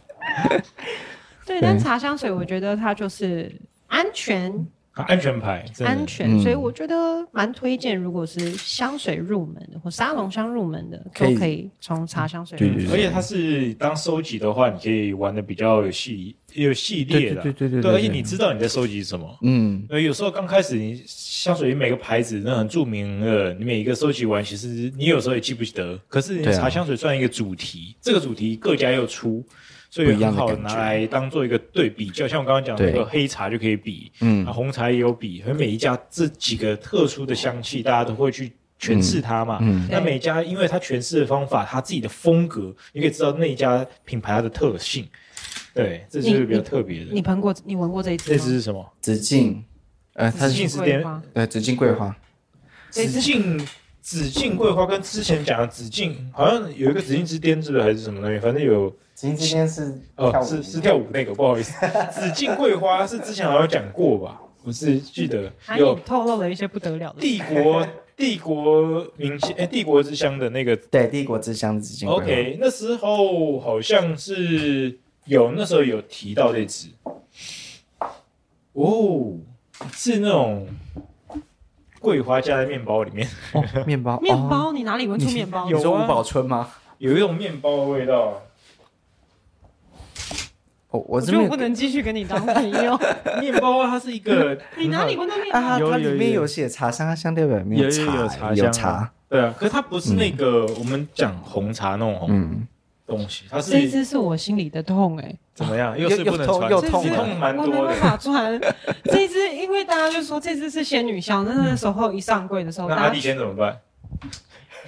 Speaker 3: 对，但茶香水我觉得它就是安全，
Speaker 2: 啊安全牌，真的
Speaker 3: 安全，
Speaker 1: 嗯
Speaker 3: 所以我觉得蛮推荐，如果是香水入门的或沙龙香入门的，
Speaker 1: 可
Speaker 3: 都
Speaker 1: 以
Speaker 3: 可以从茶香水
Speaker 1: 对
Speaker 3: 入
Speaker 1: 对
Speaker 3: 手
Speaker 1: 对
Speaker 2: 而且它是当收集的话，你可以玩的比较有系有系列的，
Speaker 1: 对对对对对
Speaker 2: 对，而且
Speaker 1: 对
Speaker 2: 你知道你在收集什么。
Speaker 1: 嗯，
Speaker 2: 呃，有时候刚开始你香水每个牌子那很著名的，你每一个收集完，其实你有时候也记不得。可是你
Speaker 1: 对啊
Speaker 2: 茶香水算一个主题，这个主题各家又出，所以
Speaker 1: 不一样
Speaker 2: 很
Speaker 1: 的
Speaker 2: 好
Speaker 1: 感觉
Speaker 2: 拿来当做一个对比较。像我刚刚讲的
Speaker 1: 对
Speaker 2: 那个黑茶就可以比，
Speaker 1: 嗯
Speaker 2: 啊，红茶也有比，而每一家这几个特殊的香气，大家都会去诠释它嘛。
Speaker 1: 嗯嗯
Speaker 2: 那每一家因为它诠释的方法，它自己的风格，你可以知道那一家品牌它的特性。对，这就是比较特别
Speaker 3: 你
Speaker 2: 的。
Speaker 3: 喷过，你闻过这一支
Speaker 2: 这
Speaker 3: 吗？
Speaker 2: 支是什么？
Speaker 1: 紫禁，呃，它
Speaker 2: 紫
Speaker 1: 是
Speaker 2: 禁是
Speaker 3: 桂花
Speaker 1: 呃紫禁桂花，
Speaker 3: 这
Speaker 2: 紫禁紫禁桂花跟之前讲的紫禁，好像有一个紫禁之巅，是不是还是什么东西？反正有
Speaker 1: 紫禁今天是
Speaker 2: 哦，是是跳舞那个，不好意思，紫禁桂花是之前好像讲过吧？我是记得
Speaker 3: 还
Speaker 2: 有
Speaker 3: 有啊透露了一些不得了的。
Speaker 2: 帝国帝国明星哎，帝国之乡的那个
Speaker 1: 对帝国之香紫禁桂花
Speaker 2: OK，那时候好像是有那时候有提到这支，哦，是那种桂花加在面包里面，
Speaker 1: 哦，面包，
Speaker 3: 面
Speaker 1: 哦，
Speaker 3: 包，你哪里闻出面包？
Speaker 1: 你
Speaker 2: 有
Speaker 1: 说
Speaker 2: 啊
Speaker 1: 五宝春吗？
Speaker 2: 有一种面包的味道。
Speaker 1: 我我
Speaker 3: 我
Speaker 1: 这
Speaker 3: 觉得
Speaker 1: 边
Speaker 3: 我不能继续跟你当朋 友。，
Speaker 2: 面包啊它是一个
Speaker 3: 你哪里闻到面包？
Speaker 1: 啊，
Speaker 2: 有
Speaker 1: 它
Speaker 2: 有
Speaker 1: 里面
Speaker 2: 有
Speaker 1: 有写茶香，它香料表里面
Speaker 2: 有有
Speaker 1: 茶，
Speaker 2: 有茶
Speaker 1: 有
Speaker 2: 香啊，对啊，可是它不是那个
Speaker 3: 嗯
Speaker 2: 我们讲红茶那种红
Speaker 1: 嗯，
Speaker 2: 东西，它
Speaker 3: 这一
Speaker 2: 是
Speaker 3: 支是我心里的痛哎、
Speaker 2: 怎么样？
Speaker 1: 又
Speaker 2: 又是不能
Speaker 1: 又
Speaker 2: 穿，
Speaker 1: 又
Speaker 3: 这
Speaker 1: 痛
Speaker 3: 支
Speaker 1: 了
Speaker 2: 痛蛮
Speaker 3: 啊我
Speaker 2: 多
Speaker 3: 没办
Speaker 2: 的。
Speaker 3: 法穿。这一支，因为大家就说这支是仙女香，那那时候一上柜的时候，
Speaker 2: 那
Speaker 3: 大
Speaker 2: 阿
Speaker 3: 家
Speaker 2: 弟先怎么办？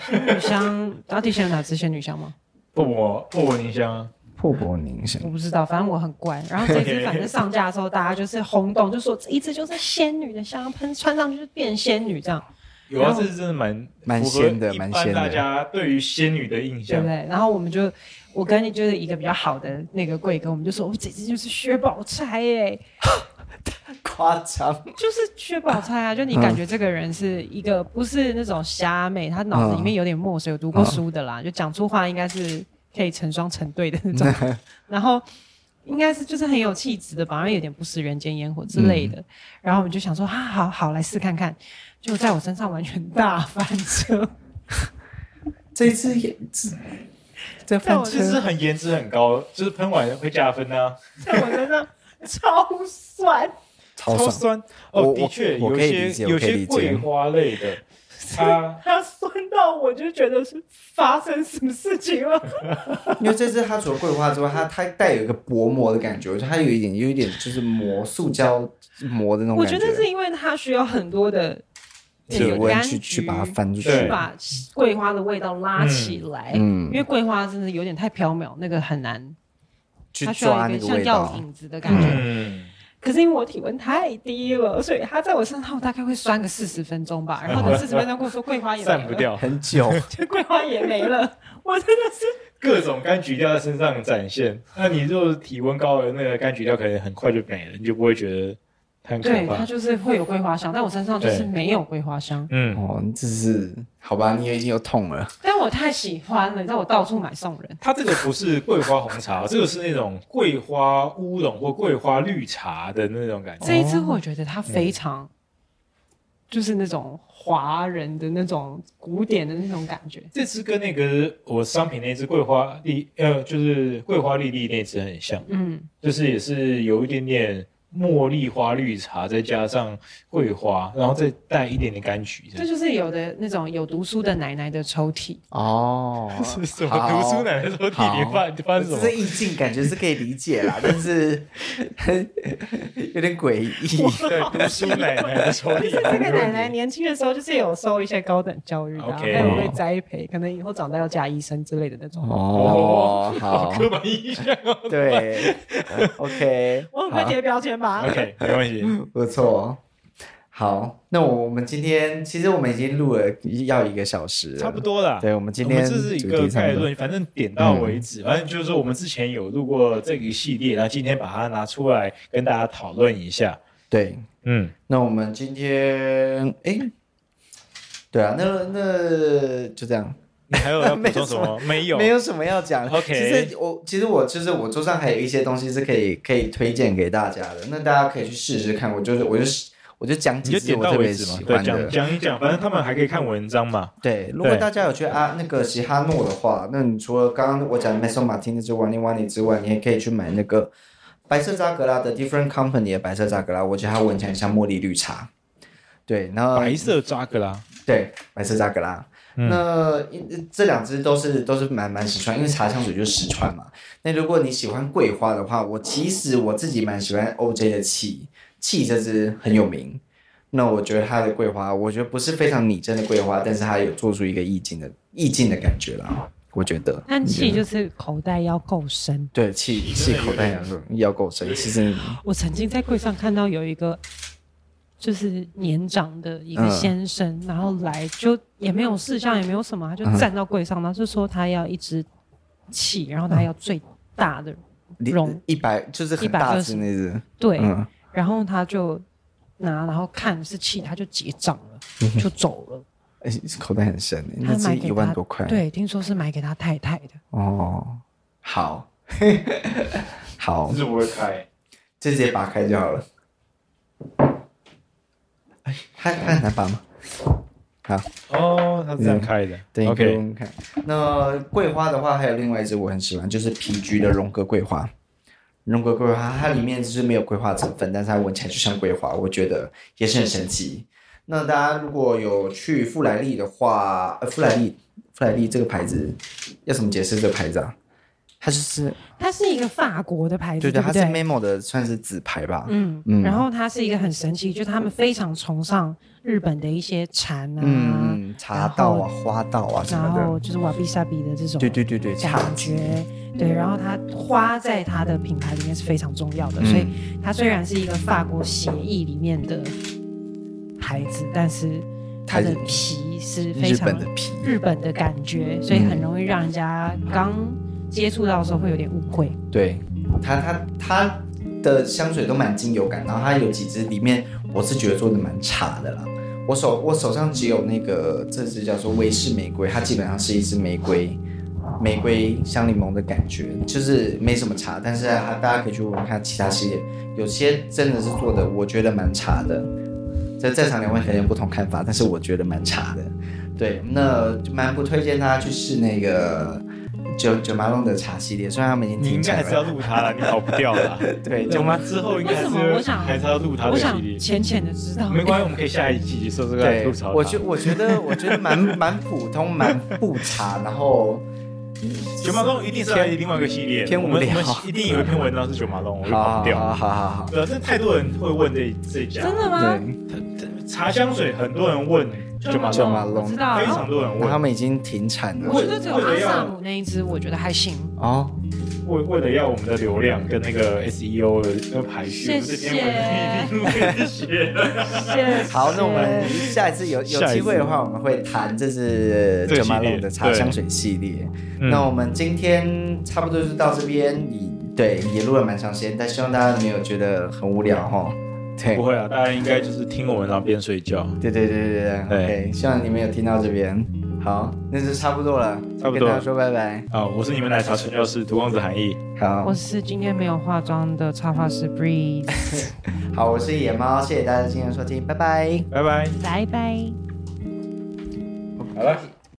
Speaker 3: 仙女香，到底仙女哪支仙女 香吗？
Speaker 2: 不我不我凝香啊，
Speaker 1: 破帛凝香
Speaker 3: 我，不知道，反正我很乖。然后这支反正上架的时候，大家就是轰动，就说这一支就是仙女的香喷，穿上去就是变仙女这样，
Speaker 2: 有啊，
Speaker 3: 然后
Speaker 2: 这是真的蛮
Speaker 1: 蛮
Speaker 2: 符合
Speaker 1: 鲜的
Speaker 2: 一
Speaker 1: 蛮
Speaker 2: 般
Speaker 1: 鲜的
Speaker 2: 大家对于仙女的印
Speaker 3: 对
Speaker 2: 象
Speaker 3: 不，对？然后我们就，我跟你就是一个比较好的那个贵哥，我们就说，哦，这支就是薛宝钗哎耶、
Speaker 1: 夸张，
Speaker 3: 就是薛宝钗啊，就你感觉这个人是一个不是那种虾妹，她脑子里面有点墨水，有读过书的啦，就讲出话应该是可以成双成对的那种，然后应该是就是很有气质的吧，然后有点不食人间烟火之类的。然后我们就想说啊，好好来试看看，就在我身上完全大翻车，
Speaker 1: 这一次也这这
Speaker 3: 在
Speaker 1: 饭
Speaker 3: 我
Speaker 2: 其实
Speaker 1: 车
Speaker 2: 很颜值很高，就是喷完会加分啊，
Speaker 3: 在我身上超酸，
Speaker 1: 超
Speaker 2: 超
Speaker 1: 爽，
Speaker 2: 酸
Speaker 1: 我
Speaker 2: 哦，
Speaker 1: 我
Speaker 2: 的确
Speaker 1: 我
Speaker 2: 有
Speaker 1: 可以理
Speaker 2: 些
Speaker 1: 解我
Speaker 2: 有
Speaker 1: 可以
Speaker 2: 些
Speaker 1: 理解
Speaker 2: 桂花类 的，它
Speaker 3: 它酸到我就觉得是发生什么事情了。
Speaker 1: 因为这次它除了桂花之外，它它带有一个薄膜的感觉，我觉得它有一点有一点就是膜塑胶膜的那种
Speaker 3: 我
Speaker 1: 感
Speaker 3: 觉得是因为它需要很多的
Speaker 1: 体温去
Speaker 3: 柑
Speaker 1: 去
Speaker 3: 橘
Speaker 1: 把它翻出去，
Speaker 2: 对
Speaker 3: 去把桂花的味道拉起来，
Speaker 1: 嗯
Speaker 3: 因，为桂花真的有点太缥缈，那个很难，
Speaker 1: 去
Speaker 3: 它需
Speaker 1: 抓
Speaker 3: 要
Speaker 1: 那
Speaker 3: 一
Speaker 1: 个
Speaker 3: 个像
Speaker 1: 味
Speaker 3: 药
Speaker 1: 道，
Speaker 3: 引子的感觉。
Speaker 2: 嗯，
Speaker 3: 可是因为我体温太低了，所以它在我身上大概会酸个四十分钟吧，然后等四十分钟跟我说桂花也没
Speaker 2: 散
Speaker 3: 了
Speaker 2: 不，掉，
Speaker 1: 很久，
Speaker 3: 桂花也没了，我真的是
Speaker 2: 各种柑橘调在身上展现。那你如果体温高了，那个柑橘调可能很快就没了，你就不会觉得它很可
Speaker 3: 对它
Speaker 2: 怕。
Speaker 3: 就是会有桂花香，但我身上就是没有桂花香，
Speaker 2: 嗯，
Speaker 1: 哦，这是好吧，你已经有痛了，
Speaker 3: 但我太喜欢了，你知道我到处买送人，
Speaker 2: 它这个不是桂花红茶，这个是那种桂花乌龙或桂花绿茶的那种感觉。
Speaker 3: 这一支我觉得它非常，就是那种华人的那种古典的那种感觉。
Speaker 2: 这支跟那个我商品那支桂花丽，呃，就是桂花丽丽那支很像，
Speaker 3: 嗯，
Speaker 2: 就是也是有一点点茉莉花绿茶，再加上桂花，然后再带一点点柑橘。
Speaker 3: 这就是有的那种有读书的奶奶的抽屉。
Speaker 1: 哦，
Speaker 2: 是什么？
Speaker 1: 好
Speaker 2: 读书奶奶说弟
Speaker 1: 好
Speaker 2: 弟发发生
Speaker 1: 这
Speaker 2: 什么
Speaker 1: 是？意境，感觉是可以理解啦，但是 有点诡异。
Speaker 2: 对，读书奶奶的抽 屉。
Speaker 3: 这个奶奶年轻的时候就是有受一些高等教育的、啊，
Speaker 2: OK
Speaker 3: 还有被栽培，可能以后长大要嫁医生之类的那种。
Speaker 1: 哦，好，
Speaker 2: 刻板印象。哦
Speaker 1: 对，OK，
Speaker 3: 我很快
Speaker 1: 好
Speaker 3: 贴标签吧。
Speaker 2: OK，没关系。
Speaker 1: 不错。好，那我我们今天其实我们已经录了要一个小时了，
Speaker 2: 差不。多啦。
Speaker 1: 对，我们今
Speaker 2: 我们
Speaker 1: 天
Speaker 2: 这是一
Speaker 1: 主
Speaker 2: 个
Speaker 1: 题差
Speaker 2: 概
Speaker 1: 不多。嗯
Speaker 2: 论，反正点到为止。反正就是说，我们之前有录过这个系列，然后今天把它拿出来跟大家讨论一下。
Speaker 1: 对，
Speaker 2: 嗯，
Speaker 1: 那我们今天诶，对啊，那那就这样，
Speaker 2: 你还有要补充什么？没有， 啊
Speaker 1: 没有什么要讲。
Speaker 2: OK
Speaker 1: 其实我其实我就是我桌上还有一些东西是可以可以推荐给大家的，那大家可以去试试看。我就是我就是我就讲
Speaker 4: 你
Speaker 1: 几
Speaker 4: 就
Speaker 1: 支
Speaker 4: 点
Speaker 1: 我
Speaker 4: 到
Speaker 1: 特别
Speaker 4: 为止嘛
Speaker 1: 喜，
Speaker 4: 对，
Speaker 1: 欢
Speaker 4: 讲
Speaker 1: 的。
Speaker 4: 讲一讲，反正他们还可以看文章嘛，
Speaker 1: 对，如果
Speaker 4: 对
Speaker 1: 大家有去啊那个嘻哈诺的话，那你除了刚刚我讲的 Mason Martin 那支 One i One 之外，你也可以去买那个白色扎格拉的 Different Company 的白色扎格拉，我觉得它闻起来很像茉莉绿茶。对，然后
Speaker 4: 白色扎格拉，
Speaker 1: 对，白色扎格拉。
Speaker 4: 嗯
Speaker 1: 那一这两支都是都是蛮蛮实穿，因为茶香水就是实穿嘛。那如果你喜欢桂花的话，我其实我自己蛮喜欢 OJ 的气气这支很有名。那我觉得它的桂花，我觉得不是非常拟真的桂花，但是它有做出一个意境的意境的感觉啦。我觉得
Speaker 3: 但气就是口袋要够深。
Speaker 1: 对气嗯气口袋要够要够深，其实
Speaker 3: 我曾经在柜上看到有一个，就是年长的一个
Speaker 1: 嗯
Speaker 3: 先生，然后来就也没有事项，也没有什么，他就
Speaker 1: 嗯
Speaker 3: 站到柜上，然后就说他要一支气，然后
Speaker 1: 嗯
Speaker 3: 他要最大的，
Speaker 1: 你
Speaker 3: 容
Speaker 1: 一百就是很
Speaker 3: 120
Speaker 1: 大支那只，
Speaker 3: 对，
Speaker 1: 嗯
Speaker 3: 然后他就拿，然后看是气，他就结账了，
Speaker 1: 嗯
Speaker 3: 就走了。
Speaker 1: 哎，口袋很深，嗯那
Speaker 3: 他
Speaker 1: 只
Speaker 3: 买给
Speaker 1: 一
Speaker 3: 他
Speaker 1: 万多块。
Speaker 3: 对，听说是买给他太太的。
Speaker 1: 哦，好， 好，
Speaker 4: 是不会开，
Speaker 1: 就直接拔开就好了。哎，它它很难拔吗？好，
Speaker 4: 哦，它是这样开的，
Speaker 1: 等一
Speaker 4: OK，
Speaker 1: 看看。那桂花的话，还有另外一支我很喜欢，就是皮菊的荣格桂花。荣格桂花，它里面就是没有桂花成分，但是它闻起来就像桂花，我觉得也是很神奇。那大家如果有去富莱利的话，呃，富莱利，富莱利这个牌子要怎么解释这个牌子啊？它就是
Speaker 3: 它是一个法国的牌子，
Speaker 1: 对
Speaker 3: 对
Speaker 1: 对，
Speaker 3: 不
Speaker 1: 它是
Speaker 3: 对？
Speaker 1: Memo 的算是子牌吧。
Speaker 3: 嗯
Speaker 1: 嗯
Speaker 3: 然后它是一个很神奇，就是他们非常崇尚日本的一些禅啊，
Speaker 1: 嗯，茶道啊、花道啊什
Speaker 3: 然
Speaker 1: 么
Speaker 3: 后
Speaker 1: 的，
Speaker 3: 就是瓦比萨比的这种
Speaker 1: 对对嗯对对，茶
Speaker 3: 感觉，对，然后它花在它的品牌里面是非常重要的，
Speaker 1: 嗯
Speaker 3: 所以它虽然是一个法国协议里面的牌子，但是它的
Speaker 1: 它
Speaker 3: 皮是非
Speaker 1: 日
Speaker 3: 常嗯
Speaker 1: 本的皮，
Speaker 3: 日本的感觉，所以很容易让人家刚接触到的时候会有点误会。
Speaker 1: 对，它它它的香水都蛮精油感，然后它有几支里面我是觉得做的蛮差的啦。我手我手上只有那个这支叫做威士玫瑰，它基本上是一支玫瑰玫瑰香柠檬的感觉，就是没什么差，但是它大家可以去闻看其他系列，有些真的是做的我觉得蛮差的。在在场两位可能有不同看法，但是我觉得蛮差的。对，那就蛮不推荐大家去试那个九九马龙的茶系列，虽然他们已经
Speaker 4: 你应
Speaker 1: 停
Speaker 4: 该还
Speaker 1: 产
Speaker 4: 是要
Speaker 1: 了。
Speaker 4: 录它了，你跑不掉 了。
Speaker 1: 对，
Speaker 4: 我
Speaker 1: 九马
Speaker 4: 们之后应该还是
Speaker 3: 为什么我
Speaker 4: 会
Speaker 3: 想
Speaker 4: 还是要录它
Speaker 3: 我
Speaker 4: 的
Speaker 3: 想
Speaker 4: 系列，
Speaker 3: 浅浅的知道，
Speaker 4: 没关系，我们可以下一季说这个来
Speaker 1: 对
Speaker 4: 吐槽，它。
Speaker 1: 我觉我觉得我觉得蛮 蛮普通，蛮不差，然后
Speaker 4: 九马龙一定是来另外一个系列，
Speaker 1: 偏
Speaker 4: 我们
Speaker 1: 无聊啊
Speaker 4: 我们一定有一篇文章是九马龙，我就跑
Speaker 1: 好
Speaker 4: 不掉。
Speaker 1: 好好好好，
Speaker 4: 对啊，但太多人会问这这一家
Speaker 3: 真的吗？
Speaker 1: 对，
Speaker 4: 茶香水，很多人问九马
Speaker 1: 九
Speaker 4: 龙，
Speaker 1: 马龙
Speaker 3: 我知道。
Speaker 4: 非
Speaker 3: 然后
Speaker 4: 常多人
Speaker 1: 然后他
Speaker 4: 问。
Speaker 1: 们已经停产了
Speaker 3: 我觉得只有阿萨姆那一只，我觉得还行。
Speaker 1: 哦，
Speaker 4: 为为了要我们的流量跟那个 SEO 的那个排序，我们这篇文章一定谢谢。
Speaker 3: 谢谢
Speaker 1: 好，那我们下一次有有
Speaker 4: 下一次
Speaker 1: 机会的话，我们会谈这是
Speaker 4: 这个系列
Speaker 1: 九马龙的茶香水系列。
Speaker 4: 嗯
Speaker 1: 那我们今天差不多就到这边，也对也录了蛮长时间，但希望大家没有觉得很无聊哈。对
Speaker 4: 不，会啊，大家应该就是听我们然后边睡觉。
Speaker 1: 对对对对对
Speaker 4: 对
Speaker 1: ，OK，希望你们有听到这边。好，那就差不多了，
Speaker 4: 差不多
Speaker 1: 跟大家说拜拜。
Speaker 4: 啊、我是你们奶茶传教士涂公子韩毅，
Speaker 1: 好
Speaker 3: 我，是今天没有化妆的插画师 Breeze，
Speaker 1: 好，我是野猫，谢谢大家今天的收听，拜拜。
Speaker 4: 拜拜。
Speaker 3: 拜拜。
Speaker 4: 好了。